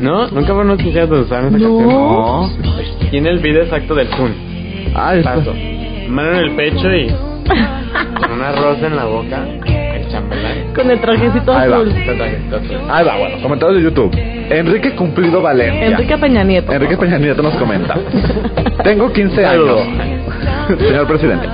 Speaker 4: ¿No? Nunca fueron los 15 años donde usaron esa
Speaker 6: No.
Speaker 5: No.
Speaker 4: canción. Tiene el video exacto del Zoom.
Speaker 5: Ah, está.
Speaker 4: Paso. Mano en el pecho y con una rosa en la boca. El chambelán.
Speaker 6: Con el trajecito
Speaker 5: Ahí va.
Speaker 6: azul.
Speaker 4: Tatuaje, tatuaje.
Speaker 5: Ahí va, bueno. Comentarios de YouTube. Enrique Cumplido Valencia.
Speaker 6: Enrique Peña Nieto.
Speaker 5: Enrique Peña Nieto nos comenta. Tengo 15 años.
Speaker 4: Saludos.
Speaker 5: Señor presidente.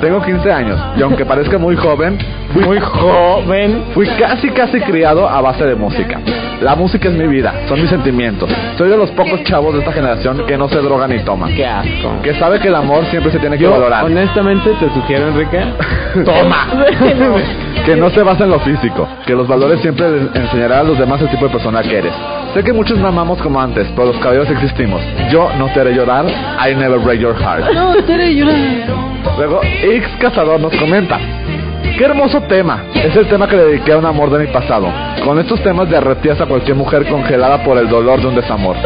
Speaker 5: Tengo 15 años y aunque parezca muy joven, fui,
Speaker 4: Muy joven.
Speaker 5: fui casi casi criado a base de música. La música es mi vida, son mis sentimientos. Soy de los pocos chavos de esta generación que no se drogan ni toman.
Speaker 4: Qué asco.
Speaker 5: Que sabe que el amor siempre se tiene que
Speaker 4: Yo,
Speaker 5: valorar.
Speaker 4: honestamente, te sugiero, Enrique.
Speaker 5: Toma. Que no se basa en lo físico, que los valores siempre les enseñarán a los demás el tipo de persona que eres. Sé que muchos mamamos como antes, pero los caballeros existimos. Yo no te haré llorar, I never break your heart.
Speaker 6: No, en serio, yo no-
Speaker 5: Luego, X Cazador nos comenta. Qué hermoso tema. Es el tema que le dediqué a un amor de mi pasado. Con estos temas derretías a cualquier mujer congelada por el dolor de un desamor.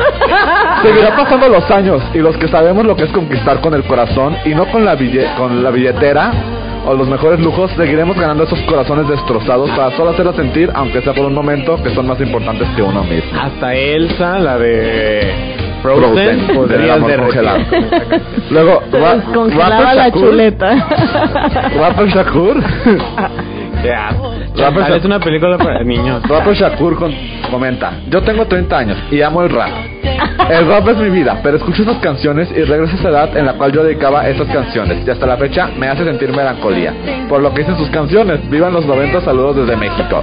Speaker 5: Seguirá pasando los años y los que sabemos lo que es conquistar con el corazón y no con la, bille- con la billetera o los mejores lujos, seguiremos ganando esos corazones destrozados para solo hacerlos sentir, aunque sea por un momento, que son más importantes que uno mismo.
Speaker 4: Hasta Elsa, la de Frozen,
Speaker 5: Frozen, del
Speaker 4: podrías
Speaker 5: amor
Speaker 4: derretir.
Speaker 5: congelado. Luego,
Speaker 6: Se
Speaker 5: Ra-
Speaker 6: descongelaba
Speaker 5: Rapper
Speaker 6: la
Speaker 5: Shakur-
Speaker 6: chuleta.
Speaker 5: Rapper Shakur
Speaker 4: Qué asco.
Speaker 5: Rapper
Speaker 4: Chantal,
Speaker 5: Shak-
Speaker 4: Es una película para niños.
Speaker 5: Rapper Shakur con- comenta, yo tengo 30 años y amo el rap. El rap es mi vida, pero escucho esas canciones y regreso a esa edad en la cual yo dedicaba esas canciones y hasta la fecha me hace sentir melancolía. Por lo que dicen sus canciones, vivan los 90 saludos desde México.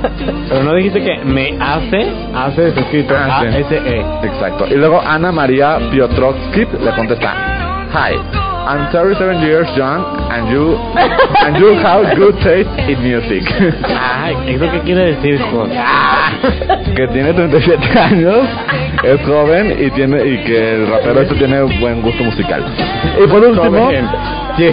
Speaker 4: Pero no dijiste que me hace, hace es escrito E.
Speaker 5: Hace.
Speaker 4: A-S-E.
Speaker 5: Exacto. Y luego Ana María Piotrowski le contesta, Hi, I'm 37 years young and you and you have good taste in music.
Speaker 4: Ay, ¿eso qué quiere decir, Jorge?
Speaker 5: que tiene 37 años, es joven y tiene y que el rapero este tiene buen gusto musical. Y por último,
Speaker 4: Joven. Sí,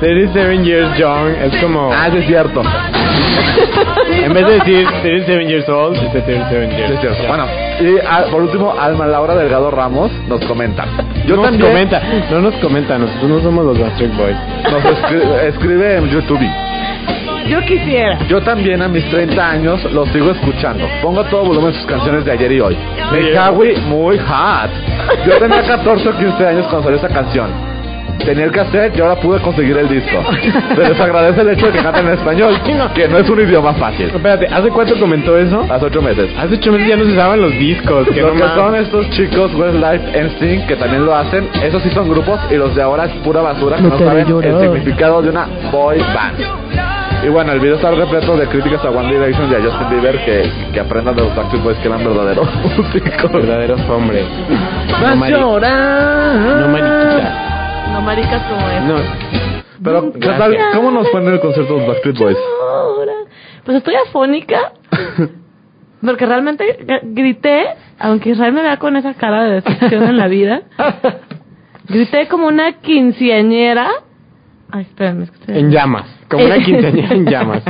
Speaker 4: 37 years young es como.
Speaker 5: ah, sí es cierto, sí
Speaker 4: En vez de decir 37 years old, dice 37 years.
Speaker 5: es cierto.
Speaker 4: Ya.
Speaker 5: Bueno, y ah, por último, Alma Laura Delgado Ramos nos comenta. Yo
Speaker 4: nos
Speaker 5: también
Speaker 4: comenta, no nos comenta, nosotros no somos los Backstreet Boys.
Speaker 5: nos escri- escribe en YouTube.
Speaker 6: Yo quisiera.
Speaker 5: Yo también a mis 30 años los sigo escuchando. Pongo a todo volumen sus canciones de ayer y hoy. Me Hawi muy hot. Yo tenía 14 o 15 años cuando salió esa canción. Tenía el cassette y ahora pude conseguir el disco. Se les agradece el hecho de que canten en español, que no es un idioma fácil.
Speaker 4: Espérate, ¿hace cuánto comentó eso?
Speaker 5: Hace 8 meses.
Speaker 4: Hace 8 meses ya no se usaban los discos. Que
Speaker 5: Lo
Speaker 4: no
Speaker 5: que
Speaker 4: mames.
Speaker 5: son estos chicos Westlife, NSYNC, que también lo hacen, esos sí son grupos y los de ahora es pura basura que
Speaker 6: No
Speaker 5: no
Speaker 6: te haré
Speaker 5: saben el
Speaker 6: llorar.
Speaker 5: significado de una boy band. Y bueno, el video está repleto de críticas a One Direction y a Justin Bieber que, que aprendan de los Backstreet Boys que eran verdaderos músicos.
Speaker 4: verdaderos hombres.
Speaker 5: Vas
Speaker 4: mari- No mariquita.
Speaker 6: No maricas como él.
Speaker 4: No.
Speaker 5: Pero, ¿qué tal? ¿cómo nos fue en el concierto de los Backstreet Boys?
Speaker 6: Ahora. Pues estoy afónica. Porque realmente g- grité, aunque Israel me vea con esa cara de decepción en la vida. Grité como una quinceañera. Ay, espérame, es que estoy-
Speaker 4: En llamas. Como una quinceañera en llamas.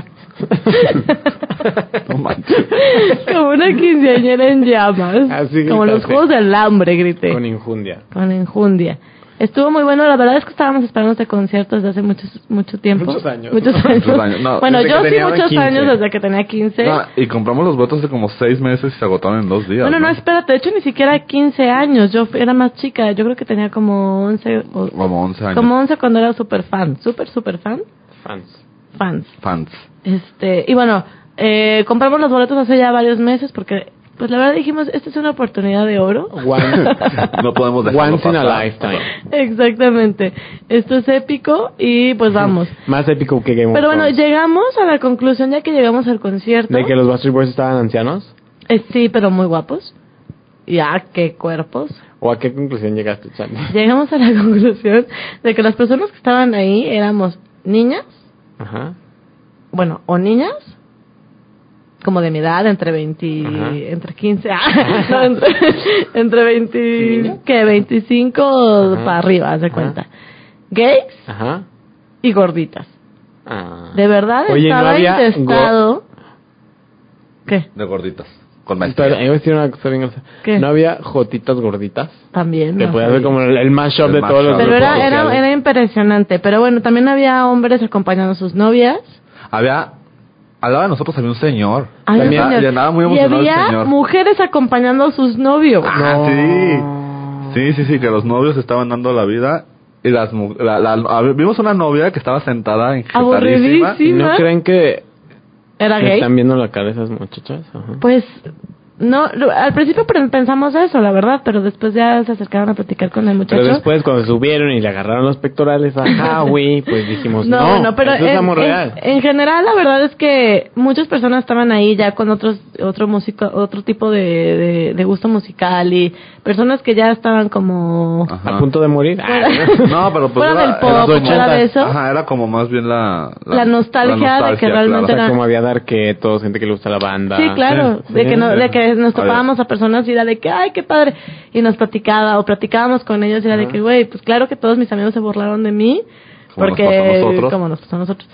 Speaker 5: No manches.
Speaker 6: como una quinceañera en llamas.
Speaker 4: Así
Speaker 6: como los
Speaker 4: gritaste.
Speaker 6: juegos del hambre grité.
Speaker 4: Con injundia.
Speaker 6: con enjundia. Estuvo muy bueno, la verdad es que estábamos esperando este concierto desde hace mucho, mucho tiempo.
Speaker 4: Muchos años.
Speaker 6: Muchos años.
Speaker 5: Muchos años, no,
Speaker 6: bueno,
Speaker 5: desde
Speaker 6: yo
Speaker 5: que
Speaker 6: sí
Speaker 5: tenía
Speaker 6: muchos
Speaker 4: 15.
Speaker 6: años desde que tenía 15.
Speaker 5: No, Ah, y compramos los boletos de como 6 meses y se agotaron en 2 días.
Speaker 6: bueno, no, espérate, de hecho ni siquiera 15 años, yo fui- era más chica, yo creo que tenía como 11, o-
Speaker 5: Como 11 años.
Speaker 6: como 11 cuando era super fan, super, super fan,
Speaker 4: Fans.
Speaker 6: fans.
Speaker 5: Fans.
Speaker 6: Este, y bueno, eh, compramos los boletos hace ya varios meses porque, pues la verdad dijimos, esta es una oportunidad de oro.
Speaker 4: Once,
Speaker 5: No podemos dejarlo
Speaker 4: once in a
Speaker 5: pasar.
Speaker 4: lifetime.
Speaker 6: Exactamente, esto es épico y pues vamos.
Speaker 4: Más épico que Game of
Speaker 6: Pero bueno,
Speaker 4: Thrones.
Speaker 6: llegamos a la conclusión ya que llegamos al concierto.
Speaker 4: ¿De que los Backstreet Boys estaban ancianos?
Speaker 6: Eh, sí, pero muy guapos. Ya, qué cuerpos.
Speaker 4: ¿O a qué conclusión llegaste, Charlie?
Speaker 6: Llegamos a la conclusión de que las personas que estaban ahí éramos niñas,
Speaker 4: Ajá.
Speaker 6: bueno, o niñas, como de mi edad, entre 20,
Speaker 7: Ajá.
Speaker 6: entre 15, ah, no, entre, entre 20, que 25
Speaker 7: Ajá.
Speaker 6: para arriba, haz de
Speaker 7: Ajá.
Speaker 6: cuenta. Gays
Speaker 7: Ajá.
Speaker 6: y gorditas.
Speaker 7: Ah.
Speaker 6: De verdad
Speaker 4: Oye, ¿no
Speaker 6: estaba
Speaker 4: había go-
Speaker 6: infestado. ¿Qué?
Speaker 5: De gorditas. Con
Speaker 4: Pero, eh,
Speaker 5: maestría.
Speaker 4: voy a decir una cosa bien graciosa.
Speaker 6: ¿Qué?
Speaker 4: ¿No había jotitas gorditas?
Speaker 6: También.
Speaker 4: Te
Speaker 6: no
Speaker 4: podías
Speaker 6: sabía.
Speaker 4: hacer como el, el mashup
Speaker 5: El
Speaker 4: de todos los
Speaker 5: mashup.
Speaker 6: Pero
Speaker 4: grupos
Speaker 6: era, era,
Speaker 4: sociales.
Speaker 6: era impresionante. Pero bueno, también había hombres acompañando a sus novias.
Speaker 5: Había. Al lado de nosotros había un señor.
Speaker 6: Había
Speaker 5: Llenaba-
Speaker 6: señor-
Speaker 5: llenaba muy
Speaker 6: y
Speaker 5: emocionado el
Speaker 6: había
Speaker 5: señor.
Speaker 6: mujeres acompañando a sus novios.
Speaker 5: Ah, sí. Sí, sí, sí, que los novios estaban dando la vida. Y las mu- la- la- a ver, vimos una novia que estaba sentada en
Speaker 6: Aburridísima.
Speaker 4: ¿Y no creen que
Speaker 6: ¿Era
Speaker 4: le
Speaker 6: gay?
Speaker 4: están viendo la cara a esas muchachas? Ajá.
Speaker 6: Pues no, lo- al principio pre- pensamos eso, la verdad, pero después ya se acercaron a platicar con el muchacho.
Speaker 4: Pero después, cuando subieron y le agarraron los pectorales, ajá, güey, pues dijimos, no,
Speaker 6: bueno, pero
Speaker 4: eso es
Speaker 6: en,
Speaker 4: amor
Speaker 6: en-
Speaker 4: real.
Speaker 6: en general la verdad es que muchas personas estaban ahí ya con otros otro músico, otro tipo de, de, de gusto musical y personas que ya estaban como
Speaker 5: Ajá.
Speaker 4: A punto de morir. Ah,
Speaker 5: No, pero pues
Speaker 6: fuera
Speaker 5: era,
Speaker 6: del pop,
Speaker 5: era como-
Speaker 6: fuera de eso.
Speaker 5: Ajá, era como más bien la...
Speaker 6: La nostalgia de que
Speaker 4: o
Speaker 6: realmente
Speaker 4: sea,
Speaker 6: era-
Speaker 4: como había darquetos, gente que le gusta la banda.
Speaker 6: Sí, claro,
Speaker 4: Sí,
Speaker 6: de que no- de que nos
Speaker 5: A ver.
Speaker 6: topábamos a personas y era de que ay, qué padre y nos platicaba o platicábamos con ellos y era de que güey, pues claro que todos mis amigos se burlaron de mí
Speaker 5: Como nos
Speaker 6: porque
Speaker 5: pasó a nosotros.
Speaker 6: como nos pasó a nosotros.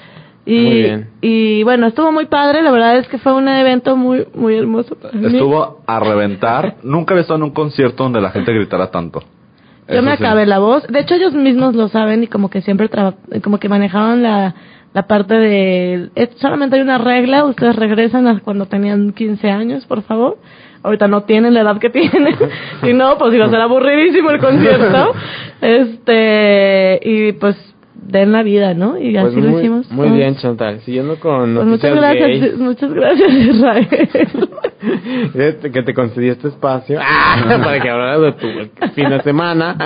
Speaker 6: Y
Speaker 4: Muy bien.
Speaker 6: y bueno, estuvo muy padre, la verdad es que fue un evento muy muy hermoso. para mí.
Speaker 5: Estuvo a reventar. Nunca había estado en un concierto donde la gente gritara tanto.
Speaker 6: Yo
Speaker 5: Eso
Speaker 6: me
Speaker 5: sí.
Speaker 6: acabé la voz. De hecho, ellos mismos lo saben y como que siempre traba- como que manejaban la, la parte de... es- solamente hay una regla, ustedes regresan a cuando tenían 15 años, por favor. Ahorita no tienen la edad que tienen. y no, pues iba a ser aburridísimo el concierto. este Y pues den la vida, ¿no? Y así
Speaker 4: Pues
Speaker 6: lo
Speaker 4: muy-
Speaker 6: hicimos.
Speaker 4: Muy
Speaker 6: Ah.
Speaker 4: bien, Chantal. Siguiendo con
Speaker 6: Pues
Speaker 4: noticias
Speaker 6: muchas gracias,
Speaker 4: gays,
Speaker 6: muchas gracias Israel.
Speaker 4: este, que te concedí este espacio Ah, para que hablaras de tu fin de semana.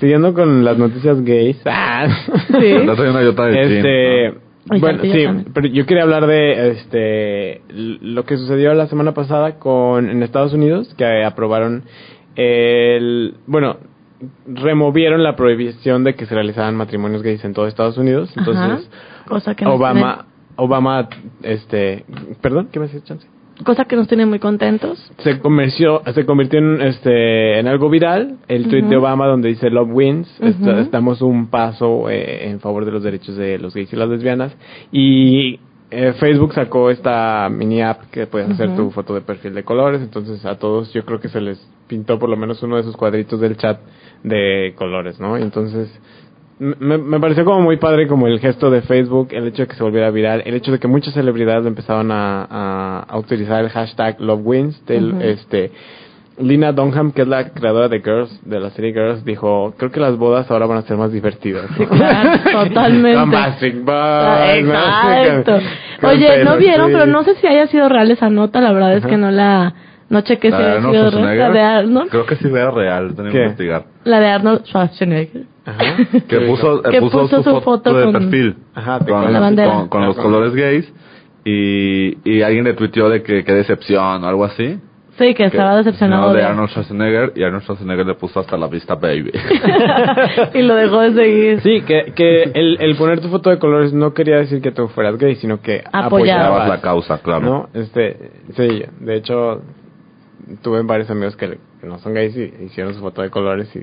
Speaker 4: Siguiendo con las noticias gays. Ah.
Speaker 6: Sí.
Speaker 5: La traía una yota de
Speaker 4: Este,
Speaker 5: chin.
Speaker 6: Ay,
Speaker 4: bueno,
Speaker 6: Santi, yo
Speaker 4: sí,
Speaker 6: también.
Speaker 4: pero yo quería hablar de este l- lo que sucedió la semana pasada con en Estados Unidos que aprobaron el bueno, removieron la prohibición de que se realizaran matrimonios gays en todo Estados Unidos,
Speaker 6: Ajá.
Speaker 4: entonces
Speaker 6: Cosa que nos
Speaker 4: Obama Obama este, perdón, ¿qué me decir, Chance?
Speaker 6: tiene- cosa que nos tiene muy contentos.
Speaker 4: se convirtió, se convirtió en, este, en algo viral el tweet
Speaker 6: Ujú.
Speaker 4: de Obama donde dice Love Wins, est-
Speaker 6: Ujú.
Speaker 4: estamos un paso eh, en favor de los derechos de los gays y las lesbianas y eh, Facebook sacó esta mini app que puedes hacer
Speaker 6: Ujú.
Speaker 4: tu foto de perfil de colores, entonces a todos yo creo que se les pintó por lo menos uno de sus cuadritos del chat de colores, ¿no? Entonces m- me, me pareció como muy padre como el gesto de Facebook, el hecho de que se volviera viral, el hecho de que muchas celebridades empezaron a, a, a utilizar el hashtag LoveWins, del,
Speaker 6: Ujú.
Speaker 4: este, Lina Dunham, que es la creadora de Girls, de la serie Girls, dijo, creo que las bodas ahora van a ser más divertidas.
Speaker 6: Sí, claro, totalmente.
Speaker 4: Bombastic Buzz,
Speaker 6: Ah,
Speaker 4: ¿no?
Speaker 6: Exacto.
Speaker 4: Con- con
Speaker 6: Oye, no
Speaker 4: Taylor
Speaker 6: vieron,
Speaker 4: Swift.
Speaker 6: pero no sé si haya sido real esa nota. La verdad es que no la. No chequé si
Speaker 5: ¿La de
Speaker 6: había
Speaker 5: Arnold
Speaker 6: sido real.
Speaker 5: Schwarzenegger?
Speaker 6: La de Arnold,
Speaker 5: Creo que sí era real, tenía
Speaker 4: ¿Qué?
Speaker 5: que investigar.
Speaker 6: la de Arnold Schwarzenegger.
Speaker 4: Ajá.
Speaker 5: Que puso, eh,
Speaker 6: Que
Speaker 5: puso, su, foto, de
Speaker 6: con-
Speaker 5: perfil
Speaker 4: Ajá, te-
Speaker 5: con,
Speaker 6: la bandera.
Speaker 5: con- con los
Speaker 4: Ajá.
Speaker 5: colores gays y, y alguien le tuiteó de que qué decepción o algo así.
Speaker 6: Sí, que estaba
Speaker 5: Que-
Speaker 6: decepcionado.
Speaker 5: no, de
Speaker 6: de-
Speaker 5: Arnold Schwarzenegger y Arnold Schwarzenegger le puso hasta la vista baby.
Speaker 6: y lo dejó de seguir.
Speaker 4: Sí, que, que el, el poner tu foto de colores no quería decir que tú fueras gay, sino que
Speaker 6: Apoyabas.
Speaker 5: Daba
Speaker 4: apoyabas
Speaker 5: la causa, claro.
Speaker 4: ¿no? Este, sí, de hecho, tuve varios amigos que, que no son gays y hicieron su foto de colores y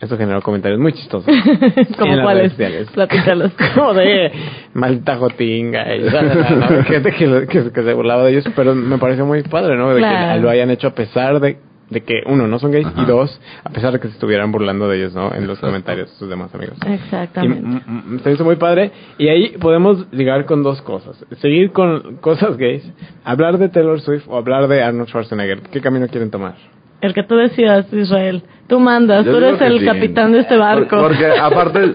Speaker 4: eso generó comentarios muy chistosos. en
Speaker 6: Como
Speaker 4: las redes
Speaker 6: cuáles.
Speaker 4: sociales.
Speaker 6: Platícalos.
Speaker 4: Como de maldita jotinga y la, la, la, la, la, gente que, lo- que- que se burlaba de ellos, pero me pareció muy padre, ¿no? De
Speaker 6: Claro.
Speaker 4: que lo hayan hecho a pesar de, de que, uno, no son gays
Speaker 5: Ajá.
Speaker 4: y dos, a pesar de que se estuvieran burlando de ellos, ¿no? En los
Speaker 5: Exacto.
Speaker 4: comentarios de sus demás amigos. Y,
Speaker 6: Exactamente.
Speaker 4: mm, mm, se hizo muy padre. Y ahí podemos ligar con dos cosas. Seguir con cosas gays, hablar de Taylor Swift o hablar de Arnold Schwarzenegger. ¿Qué camino quieren tomar?
Speaker 6: El que tú decías, Israel. Tú mandas,
Speaker 5: Yo
Speaker 6: tú
Speaker 5: digo
Speaker 6: eres
Speaker 5: que
Speaker 6: el
Speaker 5: sí.
Speaker 6: capitán de este
Speaker 5: Por-
Speaker 6: barco.
Speaker 5: Porque aparte,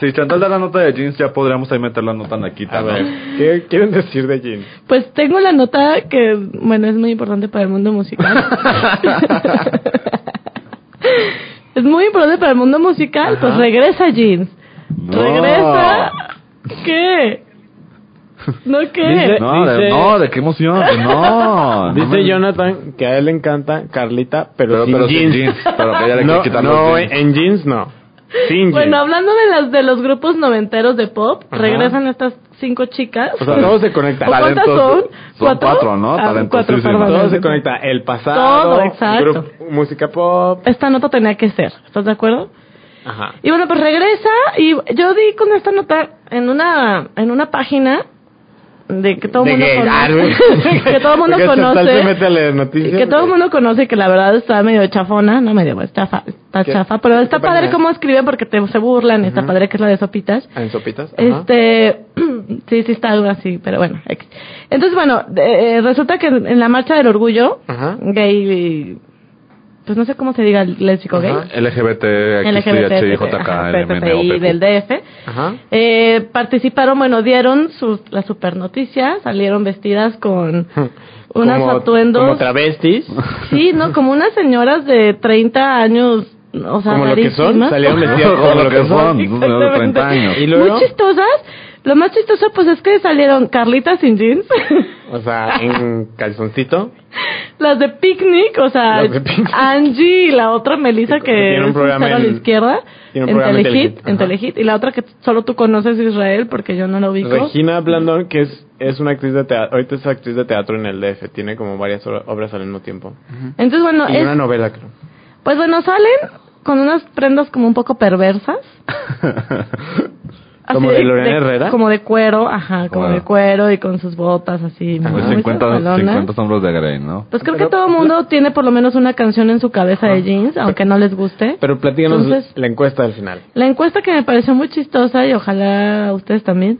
Speaker 5: si Chantal da la nota de jeans, ya podríamos ahí meter la nota naquita.
Speaker 4: A
Speaker 5: ¿no?
Speaker 4: ver, ¿qué quieren decir de Jim?
Speaker 6: Pues tengo la nota que, bueno, es muy importante para el mundo musical. es muy importante para el mundo musical, pues regresa Jeans.
Speaker 5: No.
Speaker 6: Regresa. ¿Qué? ¿No qué?
Speaker 4: Dice-
Speaker 5: No, de,
Speaker 4: Dice-
Speaker 5: no, de qué emoción, de no. Ah, no
Speaker 4: Dice
Speaker 5: me-
Speaker 4: Jonathan que a él le encanta Carlita, pero,
Speaker 5: Pero,
Speaker 4: sin,
Speaker 5: pero sin
Speaker 4: jeans.
Speaker 5: jeans, pero que ya le
Speaker 4: no,
Speaker 5: quitan
Speaker 4: no,
Speaker 5: los jeans.
Speaker 4: en jeans no.
Speaker 7: Singy.
Speaker 6: Bueno, hablando de las de los grupos noventeros de pop,
Speaker 7: Ajá.
Speaker 6: regresan estas cinco chicas.
Speaker 7: O sea, todo se conecta.
Speaker 6: ¿O cuántas son?
Speaker 5: son cuatro, ¿no?
Speaker 6: Ah,
Speaker 5: Talentos,
Speaker 6: cuatro,
Speaker 5: sí, sí,
Speaker 6: perdón.
Speaker 4: Todo se conecta. El pasado,
Speaker 6: Todo, exacto.
Speaker 4: grupo- música pop.
Speaker 6: Esta nota tenía que ser, ¿estás de acuerdo?
Speaker 4: Ajá.
Speaker 6: Y bueno, pues regresa y yo di con esta nota en una en una página de que todo el
Speaker 7: De
Speaker 6: mundo
Speaker 7: gay, ah,
Speaker 6: conoce,
Speaker 7: güey.
Speaker 6: que todo el mundo
Speaker 4: Porque hasta tal se mete
Speaker 6: conoce,
Speaker 4: a leer noticias.
Speaker 6: que todo el mundo conoce que la verdad está medio chafona, no medio, pues, chafa, está
Speaker 4: ¿Qué-
Speaker 6: chafa, pero
Speaker 4: qué
Speaker 6: está
Speaker 4: página
Speaker 6: padre
Speaker 4: es?
Speaker 6: cómo escriben porque te, se burlan, está padre que es la de sopitas.
Speaker 4: Ah, En sopitas. Ajá.
Speaker 6: Este, sí, sí está algo así, pero bueno. X. Entonces, bueno, de- eh, resulta que en en la marcha del orgullo,
Speaker 4: Ajá.
Speaker 6: gay, pues no sé cómo se diga, lésbico gay,
Speaker 5: LGBT,
Speaker 6: LGBT, ajá, PPPI del DF,
Speaker 4: Ajá.
Speaker 6: eh, participaron, bueno, dieron sus, la super noticia, salieron vestidas con unos
Speaker 4: Como-
Speaker 6: atuendos.
Speaker 4: Como travestis.
Speaker 6: Sí, no, como unas señoras de 30 años, o sea,
Speaker 4: Como lo que son.
Speaker 6: rarísimas.
Speaker 4: Salieron vestidas
Speaker 5: Como
Speaker 4: como
Speaker 5: lo que son, de 30 años.
Speaker 4: Y luego-
Speaker 6: Muy chistosas. Lo más chistoso, pues, es que salieron Carlita sin jeans,
Speaker 4: O sea, en calzoncito.
Speaker 6: las de Picnic, o sea,
Speaker 4: Las de Picnic.
Speaker 6: Angie y la otra Melissa
Speaker 4: Que
Speaker 6: que,
Speaker 4: tiene un
Speaker 6: es
Speaker 4: programa
Speaker 6: cero a la
Speaker 4: en-
Speaker 6: izquierda,
Speaker 4: tiene un
Speaker 6: en
Speaker 4: programa en
Speaker 6: Telehit,
Speaker 4: Telehit,
Speaker 6: en
Speaker 4: ajá.
Speaker 6: Telehit, y la otra que solo tú conoces Israel, porque yo no la ubico.
Speaker 4: Regina Blandón, que es, es una actriz de teatro. Ahorita es actriz de teatro en el DF. Tiene como varias obra- obras al mismo tiempo.
Speaker 6: Entonces, bueno,
Speaker 4: Y
Speaker 6: Ah, es-
Speaker 4: una novela, creo.
Speaker 6: pues bueno, salen con unas prendas como un poco perversas. así
Speaker 4: ¿Como de Lorena Herrera?
Speaker 6: Como de cuero, ajá, como
Speaker 5: Wow.
Speaker 6: de cuero y con sus botas así.
Speaker 4: Ah,
Speaker 6: muy-
Speaker 5: Pues
Speaker 6: muy
Speaker 5: 50,
Speaker 6: sensualonas.
Speaker 5: 50 sombras de Grey, ¿no?
Speaker 6: Pues creo que todo el mundo tiene por lo menos una canción en su cabeza de jeans, aunque no les guste.
Speaker 4: Pero platícanos
Speaker 6: Entonces-
Speaker 4: la encuesta al final.
Speaker 6: La encuesta que me pareció muy chistosa y ojalá ustedes también.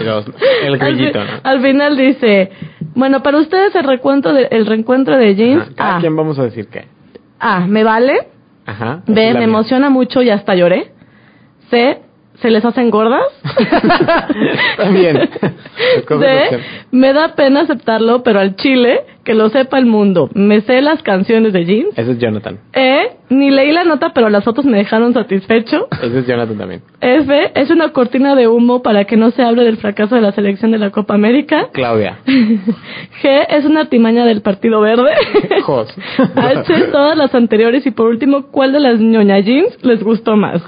Speaker 4: Y los- el grillito,
Speaker 6: al,
Speaker 4: ¿no?
Speaker 6: fi- al final dice, bueno, para ustedes el recuento de- el reencuentro de jeans.
Speaker 4: Ajá. Cada
Speaker 6: A,
Speaker 4: quien vamos a decir qué.
Speaker 6: A, me vale.
Speaker 4: Ajá. Así
Speaker 6: B,
Speaker 4: la
Speaker 6: me
Speaker 4: mía.
Speaker 6: emociona mucho y hasta lloré. C, se les hacen gordas.
Speaker 4: También. Escoge la
Speaker 6: D,
Speaker 4: opción.
Speaker 6: me da pena aceptarlo, pero al chile, que lo sepa el mundo. Me sé las canciones de jeans.
Speaker 4: Ese es Jonathan.
Speaker 6: E, ni leí la nota, pero las fotos me dejaron satisfecho.
Speaker 4: Ese es Jonathan también.
Speaker 6: F, es una cortina de humo para que no se hable del fracaso de la selección de la Copa América.
Speaker 4: Claudia.
Speaker 6: G, es una artimaña del Partido Verde.
Speaker 4: Jos.
Speaker 6: H, todas las anteriores. Y por último, ¿cuál de las ñoña jeans les gustó más?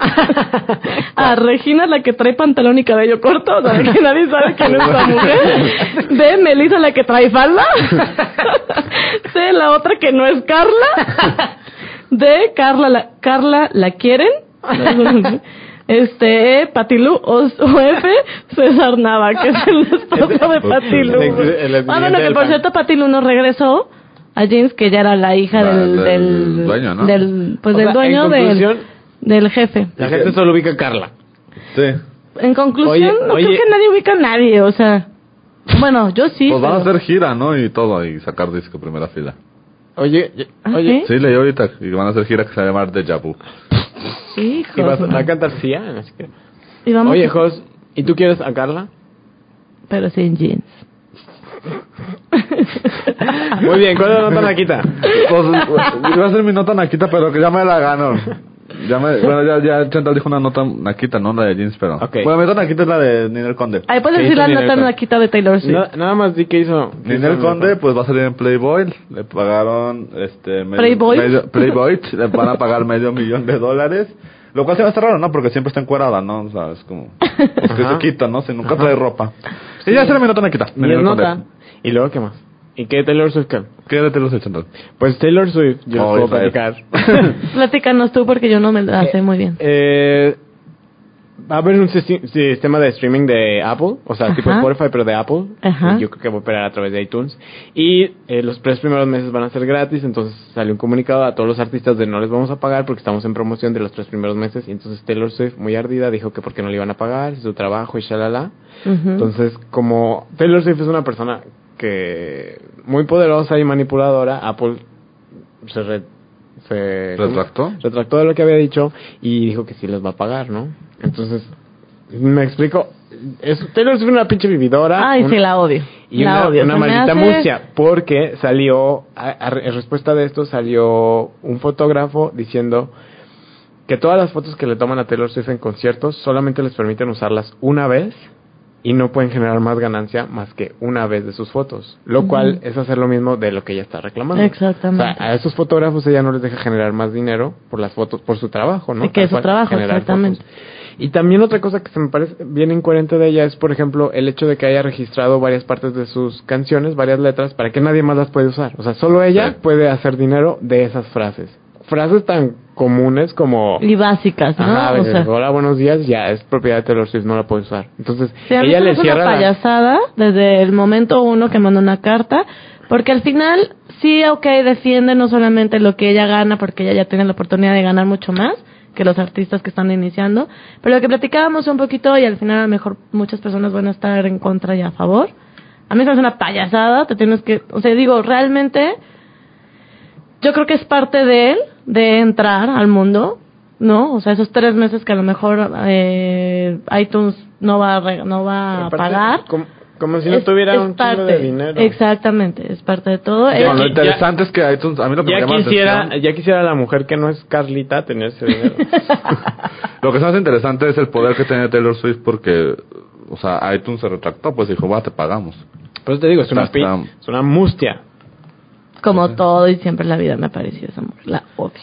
Speaker 6: A Regina, la que trae pantalón y cabello corto. O sea, que nadie sabe quién es esa mujer. B, Melissa, la que trae falda. C, la otra que no es Carla. D, Carla, la, Carla, ¿la quieren? Este, E, Patilú, o, o F, César Nava, que es el esposo de Patilú.
Speaker 4: El ex- el ex
Speaker 6: Ah, bueno,
Speaker 4: dirigente
Speaker 6: que
Speaker 4: del
Speaker 6: por
Speaker 4: PAN.
Speaker 6: cierto, Patilú no regresó a James, que ya era la hija
Speaker 5: La-
Speaker 6: del,
Speaker 5: la-
Speaker 6: del,
Speaker 5: del dueño, ¿no?
Speaker 6: del- pues
Speaker 4: O
Speaker 6: del
Speaker 4: sea,
Speaker 6: dueño
Speaker 4: en
Speaker 6: del,
Speaker 4: conclusión-
Speaker 6: del jefe.
Speaker 4: La gente solo ubica a Carla.
Speaker 5: Sí.
Speaker 6: En conclusión,
Speaker 4: Oye,
Speaker 6: no
Speaker 4: oye.
Speaker 6: creo que nadie ubica a nadie, o sea. Bueno, yo sí.
Speaker 5: Pues van a
Speaker 6: pero-
Speaker 5: hacer gira, ¿no? Y todo, y sacar disco primera fila.
Speaker 4: Oye,
Speaker 6: ¿Ah,
Speaker 4: oye.
Speaker 5: Sí, leí ahorita y van a hacer gira que se va a llamar Deja Vu.
Speaker 6: Hijos,
Speaker 4: ¿Y vas a,
Speaker 6: man.
Speaker 4: va a cantar Sia? No sé qué.
Speaker 6: Y vamos-
Speaker 4: Oye, Jos, ¿y tú quieres a Carla?
Speaker 6: Pero sin jeans.
Speaker 4: Muy bien, ¿cuál es la nota naquita?
Speaker 5: Pues iba a ser mi nota naquita, pero que ya me la ganó. Ya me, bueno, ya, ya Chantal dijo una nota naquita, no la de jeans, pero...
Speaker 4: Ok.
Speaker 5: Bueno, mi nota naquita es la de Ninel Conde.
Speaker 6: Ahí puedes
Speaker 4: Sí,
Speaker 6: decir la
Speaker 4: también
Speaker 6: nota
Speaker 4: hay otra.
Speaker 6: naquita de Taylor Swift.
Speaker 4: Na- nada más di que hizo. que hizo
Speaker 5: Ninel
Speaker 4: mi
Speaker 5: Conde,
Speaker 4: mejor.
Speaker 5: pues va a salir en Playboy. Le pagaron, este... medio-
Speaker 6: ¿Playboy?
Speaker 5: medio- Playboy, le van a pagar medio millón de dólares. Lo cual se me hace raro, ¿no? Porque siempre está encuerada, ¿no? O sea, es como... Pues que
Speaker 4: Ajá.
Speaker 5: se quita, ¿no? Si nunca trae ropa. Y ya será mi nota naquita.
Speaker 4: Y es
Speaker 5: Ninel Conde.
Speaker 4: nota. ¿Y luego qué más? ¿Y qué de Taylor Swift? Carl?
Speaker 5: ¿Qué de Taylor Swift, Chantal?
Speaker 4: Pues Taylor Swift, yo
Speaker 5: Oh,
Speaker 4: les puedo
Speaker 5: Israel.
Speaker 4: platicar.
Speaker 6: Platícanos tú porque yo no me la sé muy bien.
Speaker 4: Eh, va a haber un sisti- sistema de streaming de Apple, o sea, tipo
Speaker 6: Ajá.
Speaker 4: Spotify, pero de Apple.
Speaker 6: Ajá.
Speaker 4: Y Yo creo que va a operar a través de iTunes. Y eh, los tres primeros meses van a ser gratis, entonces salió un comunicado a todos los artistas de no les vamos a pagar porque estamos en promoción de los tres primeros meses. Y entonces Taylor Swift, muy ardida, dijo que porque no le iban a pagar, es su trabajo y shalala.
Speaker 6: Ujú.
Speaker 4: Eh, Entonces, como Taylor Swift es una persona que muy poderosa y manipuladora, Apple se, re- se-
Speaker 5: ¿Retractó?
Speaker 4: retractó de lo que había dicho y dijo que sí les va a pagar, ¿no? Entonces, me explico. Es, Taylor Swift es una pinche vividora.
Speaker 6: Ay,
Speaker 4: un-
Speaker 6: sí, la odio.
Speaker 4: Y
Speaker 6: la
Speaker 4: una,
Speaker 6: odio.
Speaker 4: una
Speaker 6: Se me
Speaker 4: maldita
Speaker 6: hace-
Speaker 4: murcia, porque salió, a- a- en respuesta de esto, salió un fotógrafo diciendo que todas las fotos que le toman a Taylor Swift en conciertos solamente les permiten usarlas una vez y no pueden generar más ganancia más que una vez de sus fotos, lo cual es hacer lo mismo de lo que ella está reclamando.
Speaker 6: Exactamente.
Speaker 4: O sea, a esos fotógrafos ella no les deja generar más dinero por las fotos, por su trabajo, ¿no?
Speaker 6: Sí, que es su
Speaker 4: Tal cual,
Speaker 6: trabajo,
Speaker 4: generar
Speaker 6: exactamente.
Speaker 4: fotos. Y también otra cosa que se me parece bien incoherente de ella es, por ejemplo, el hecho de que haya registrado varias partes de sus canciones, varias letras, para que nadie más las puede usar. O sea, solo ella
Speaker 5: Sí.
Speaker 4: puede hacer dinero de esas frases. Frases tan comunes como...
Speaker 6: Y básicas, ¿no?
Speaker 4: Ajá, a
Speaker 6: Ah, o
Speaker 4: veces,
Speaker 6: sea,
Speaker 4: hola, buenos días, ya es propiedad de Taylor Swift, no la puede usar. Entonces,
Speaker 6: Sí, a mí
Speaker 4: ella
Speaker 6: se me
Speaker 4: le
Speaker 6: hace
Speaker 4: cierra
Speaker 6: una
Speaker 4: la-
Speaker 6: payasada desde el momento uno que manda una carta, porque al final sí, ok, defiende no solamente lo que ella gana, porque ella ya tiene la oportunidad de ganar mucho más que los artistas que están iniciando, pero lo que platicábamos un poquito y al final a lo mejor muchas personas van a estar en contra y a favor. A mí se me hace una payasada, te tienes que, o sea, digo, realmente yo creo que es parte de él, de entrar al mundo, ¿no? O sea, esos tres meses que a lo mejor eh, iTunes no va a, re- no va a
Speaker 4: Aparte,
Speaker 6: pagar.
Speaker 4: Como, como si no
Speaker 6: Es-
Speaker 4: tuviera
Speaker 6: es
Speaker 4: un chingo de
Speaker 6: parte,
Speaker 4: dinero.
Speaker 6: Exactamente, es parte de todo.
Speaker 4: Ya
Speaker 5: No, lo
Speaker 4: Eh,
Speaker 6: Él-
Speaker 4: ya-
Speaker 5: interesante es que iTunes, a mí lo que me
Speaker 4: Ya
Speaker 5: llama la
Speaker 4: quisiera,
Speaker 5: atención-
Speaker 4: ya quisiera la mujer que no es Carlita tener ese dinero.
Speaker 5: Lo que se me hace interesante es el poder que tiene Taylor Swift porque, o sea, iTunes se retractó, pues dijo, va, te pagamos.
Speaker 4: Por eso te digo, es una,
Speaker 5: Está-
Speaker 4: pi-
Speaker 5: está-
Speaker 4: es una mustia.
Speaker 6: como todo y siempre la vida me ha parecido esa mujer, la odio.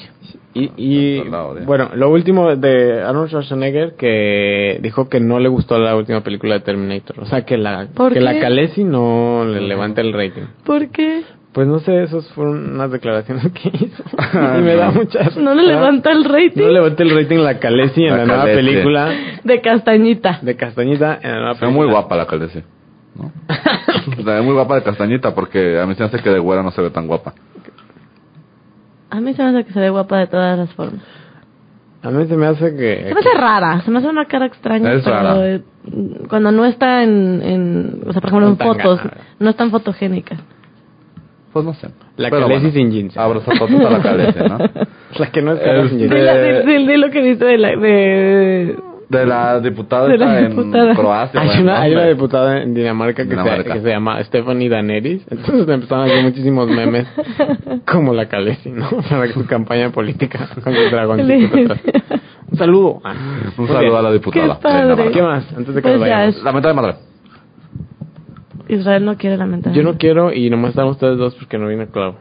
Speaker 4: Y, y,
Speaker 5: Está la odia.
Speaker 4: bueno, lo último de Arnold Schwarzenegger que dijo que no le gustó la última película de Terminator. O sea, que la,
Speaker 6: ¿Por
Speaker 4: que la
Speaker 6: qué?
Speaker 4: Khaleesi no le levanta el rating.
Speaker 6: ¿Por qué?
Speaker 4: Pues no sé, esas fueron unas declaraciones que hizo.
Speaker 5: Ah,
Speaker 4: y me da
Speaker 5: no.
Speaker 4: mucha
Speaker 6: No le
Speaker 4: risa.
Speaker 6: levanta el rating
Speaker 4: No le levanta el rating la Khaleesi en la,
Speaker 5: La
Speaker 4: nueva
Speaker 5: Khaleesi.
Speaker 4: película
Speaker 6: de Castañita.
Speaker 4: de Castañita. En la nueva
Speaker 5: Se ve muy
Speaker 4: película.
Speaker 5: guapa la Khaleesi. ¿no? se ve muy guapa de castañita porque a mí se me hace que de güera no se ve tan guapa.
Speaker 6: A mí se me hace que se ve guapa de todas las formas.
Speaker 4: A mí se me hace que...
Speaker 6: Se me hace rara, se me hace una cara extraña.
Speaker 5: Es
Speaker 6: pero,
Speaker 5: rara.
Speaker 6: eh, Cuando no está en, en, o sea, por ejemplo, en
Speaker 4: En tanga.
Speaker 6: fotos, no es tan fotogénica.
Speaker 5: Pues no sé.
Speaker 4: La
Speaker 5: Pero
Speaker 4: Khaleesi
Speaker 5: bueno,
Speaker 4: sin jeans.
Speaker 5: Abrazatotes a la Khaleesi, ¿no?
Speaker 4: La que no es Carlos
Speaker 5: Este-
Speaker 4: Muñoz.
Speaker 6: Dile, dile, dile lo que viste de la... De...
Speaker 5: De la diputada
Speaker 6: De la
Speaker 5: esta
Speaker 6: diputada.
Speaker 5: en Croacia.
Speaker 4: Hay
Speaker 5: bueno,
Speaker 4: una, hay una
Speaker 5: hombre.
Speaker 4: diputada en Dinamarca que,
Speaker 5: Dinamarca.
Speaker 4: Se, que se llama Stephanie Daneris. Entonces le empezaron a hacer muchísimos memes como la Calesi, ¿no? Para su campaña política con el dragoncito atrás. Un saludo. Ah,
Speaker 5: Un
Speaker 4: muy
Speaker 5: saludo
Speaker 4: bien.
Speaker 5: a la diputada.
Speaker 6: Qué
Speaker 5: de
Speaker 6: padre.
Speaker 5: Dinamarca.
Speaker 4: ¿Qué más? Antes de que
Speaker 6: Pues
Speaker 4: nos
Speaker 6: ya
Speaker 4: vayamos.
Speaker 6: es-
Speaker 5: La meta de madre.
Speaker 6: Israel no quiere lamentar.
Speaker 4: Yo no quiero y nomás están ustedes dos porque no vino Clau.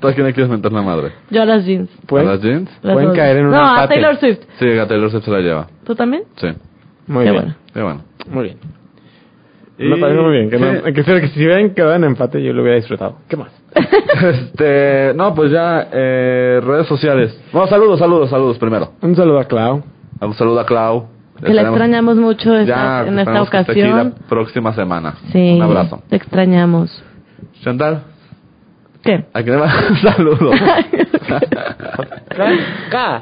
Speaker 5: ¿Tú a quién le quieres mentar la madre?
Speaker 6: Yo a las jeans.
Speaker 5: ¿A las
Speaker 4: Pues,
Speaker 5: jeans?
Speaker 6: Las
Speaker 4: Pueden
Speaker 6: odio.
Speaker 4: caer en un
Speaker 6: No, a
Speaker 4: empate.
Speaker 6: Taylor Swift.
Speaker 5: Sí, a Taylor Swift se la lleva.
Speaker 6: ¿Tú también?
Speaker 5: Sí.
Speaker 4: muy
Speaker 6: Qué
Speaker 4: bien.
Speaker 6: bueno.
Speaker 5: Qué bueno.
Speaker 4: Muy bien. Me parece muy bien. Que, no-
Speaker 5: Sí.
Speaker 4: que si- que si hubieran quedado en empate yo lo hubiera disfrutado. ¿Qué más?
Speaker 5: Este, no, pues ya, eh, redes sociales. Bueno, saludos, saludos, saludos primero.
Speaker 4: Un saludo a Clau.
Speaker 5: Un saludo a Clau.
Speaker 6: Que la extrañamos mucho esta-
Speaker 5: ya
Speaker 6: en esta
Speaker 5: esperemos que esté aquí
Speaker 6: ocasión.
Speaker 5: la próxima semana.
Speaker 6: Sí.
Speaker 5: Un abrazo.
Speaker 6: Te extrañamos.
Speaker 5: Chantal,
Speaker 6: ¿Qué?
Speaker 5: ¿a quién le va un saludo?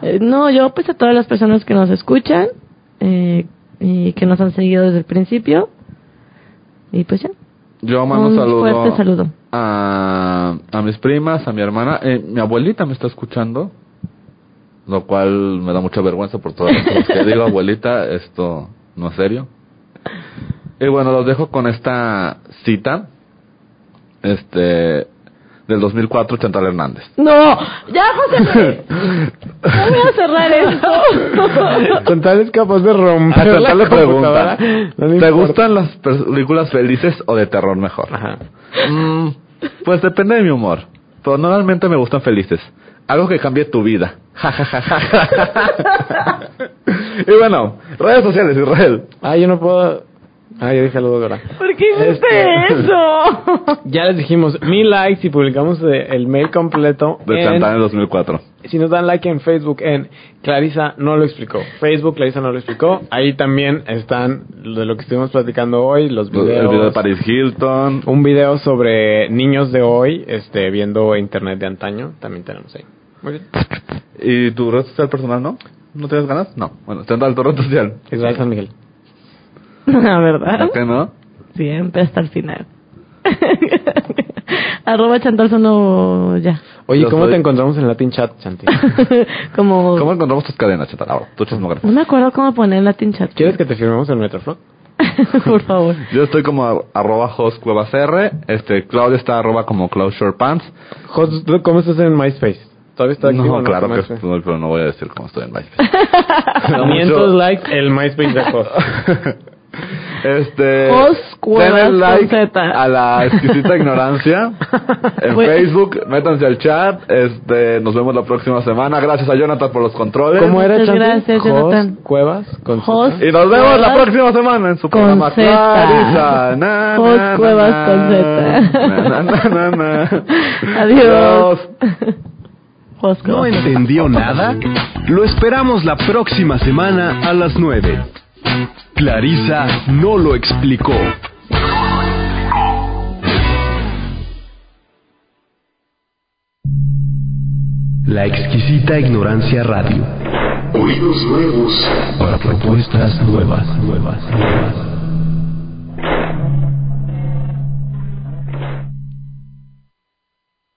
Speaker 6: Eh, No, yo pues a todas las personas que nos escuchan eh, y que nos han seguido desde el principio. Y pues ya.
Speaker 5: Yo mando un
Speaker 6: Un
Speaker 5: saludo,
Speaker 6: fuerte saludo.
Speaker 5: A, a mis primas, a mi hermana. Eh, mi abuelita me está escuchando, lo cual me da mucha vergüenza por todas las cosas que digo. Abuelita, esto no es serio. Y bueno, los dejo con esta cita este del 2004, Chantal Hernández.
Speaker 6: No, ya José, no voy a cerrar esto.
Speaker 4: Con tales capaz de
Speaker 5: A
Speaker 4: romper
Speaker 5: Chantal le
Speaker 4: la computadora.
Speaker 5: pregunta,
Speaker 4: no le
Speaker 5: ¿te
Speaker 4: importa.
Speaker 5: gustan las pers- películas felices o de terror mejor?
Speaker 4: Ajá.
Speaker 5: Mm, pues depende de mi humor. Pero normalmente me gustan felices. Algo que cambie tu vida. Ja, ja, ja, ja, ja. y bueno, redes sociales, Israel.
Speaker 4: Ah, yo no puedo. Ah, yo dije algo de verdad.
Speaker 6: ¿Por qué hiciste
Speaker 4: Este.
Speaker 6: eso?
Speaker 4: Ya les dijimos mil likes y publicamos eh, el mail completo.
Speaker 5: De
Speaker 4: en-
Speaker 5: Chantal en 2004.
Speaker 4: si nos dan like en Facebook en Clarisa no lo explicó. Facebook Clarisa no lo explicó. Ahí también están lo de lo que estuvimos platicando hoy, los
Speaker 5: El
Speaker 4: videos. Oh.
Speaker 5: video de Paris Hilton.
Speaker 4: un video sobre niños de hoy, este, viendo internet de antaño, también tenemos ahí. Muy bien.
Speaker 5: ¿Y tu red social personal no? ¿No tienes ganas? No. Bueno, Chantal, tu red social.
Speaker 4: Israel San Miguel.
Speaker 6: La verdad,
Speaker 5: ¿Por qué no?
Speaker 6: siempre hasta el final. Arroba chantalzono ya.
Speaker 4: Oye,
Speaker 5: Los
Speaker 4: ¿cómo
Speaker 5: doy.
Speaker 4: te encontramos en Latin Chat, Chanti?
Speaker 6: Como,
Speaker 5: ¿Cómo encontramos tus cadenas, Chantal? Ahora, tu chismógrafo.
Speaker 6: no me acuerdo cómo poner Latin chat.
Speaker 4: ¿Quieres que te firmemos en Metroflog?
Speaker 6: Por favor.
Speaker 5: Yo estoy como ar- arroba hostcuevasr. Este, Claudia está arroba como clausurepants.
Speaker 4: Jos, ¿tú ¿Cómo estás en MySpace? ¿Todavía está activo o
Speaker 5: No,
Speaker 4: en
Speaker 5: claro que
Speaker 4: MySpace?
Speaker 5: estoy, pero no voy a decir cómo estoy en MySpace. Me da
Speaker 4: 500
Speaker 5: mucho-
Speaker 4: likes el MySpace de Jos.
Speaker 5: Este,
Speaker 6: Oscuras
Speaker 5: denle
Speaker 6: con
Speaker 5: like
Speaker 6: Z.
Speaker 5: a la exquisita ignorancia en
Speaker 6: Bueno.
Speaker 5: Facebook, métanse al chat, este, nos vemos la próxima semana. Gracias a Jonathan por los controles.
Speaker 4: ¿Cómo era,
Speaker 6: Muchas
Speaker 4: Chanti?
Speaker 6: gracias,
Speaker 4: Jos
Speaker 6: Jonathan.
Speaker 4: Cuevas con Z.
Speaker 6: Jos-
Speaker 5: Y nos vemos la
Speaker 6: Cuevas
Speaker 5: próxima semana en su
Speaker 6: con
Speaker 5: programa
Speaker 6: Z.
Speaker 5: Clarisa. Na,
Speaker 6: Jos
Speaker 5: na,
Speaker 6: Cuevas
Speaker 5: na,
Speaker 6: con Z.
Speaker 5: na, na, na, na.
Speaker 6: Adiós. Jos
Speaker 3: ¿No
Speaker 6: Cuevas.
Speaker 3: entendió nada? Lo esperamos la próxima semana a las 9. Clarisa no lo explicó. La exquisita ignorancia radio. Oídos nuevos para propuestas nuevas, nuevas, nuevas.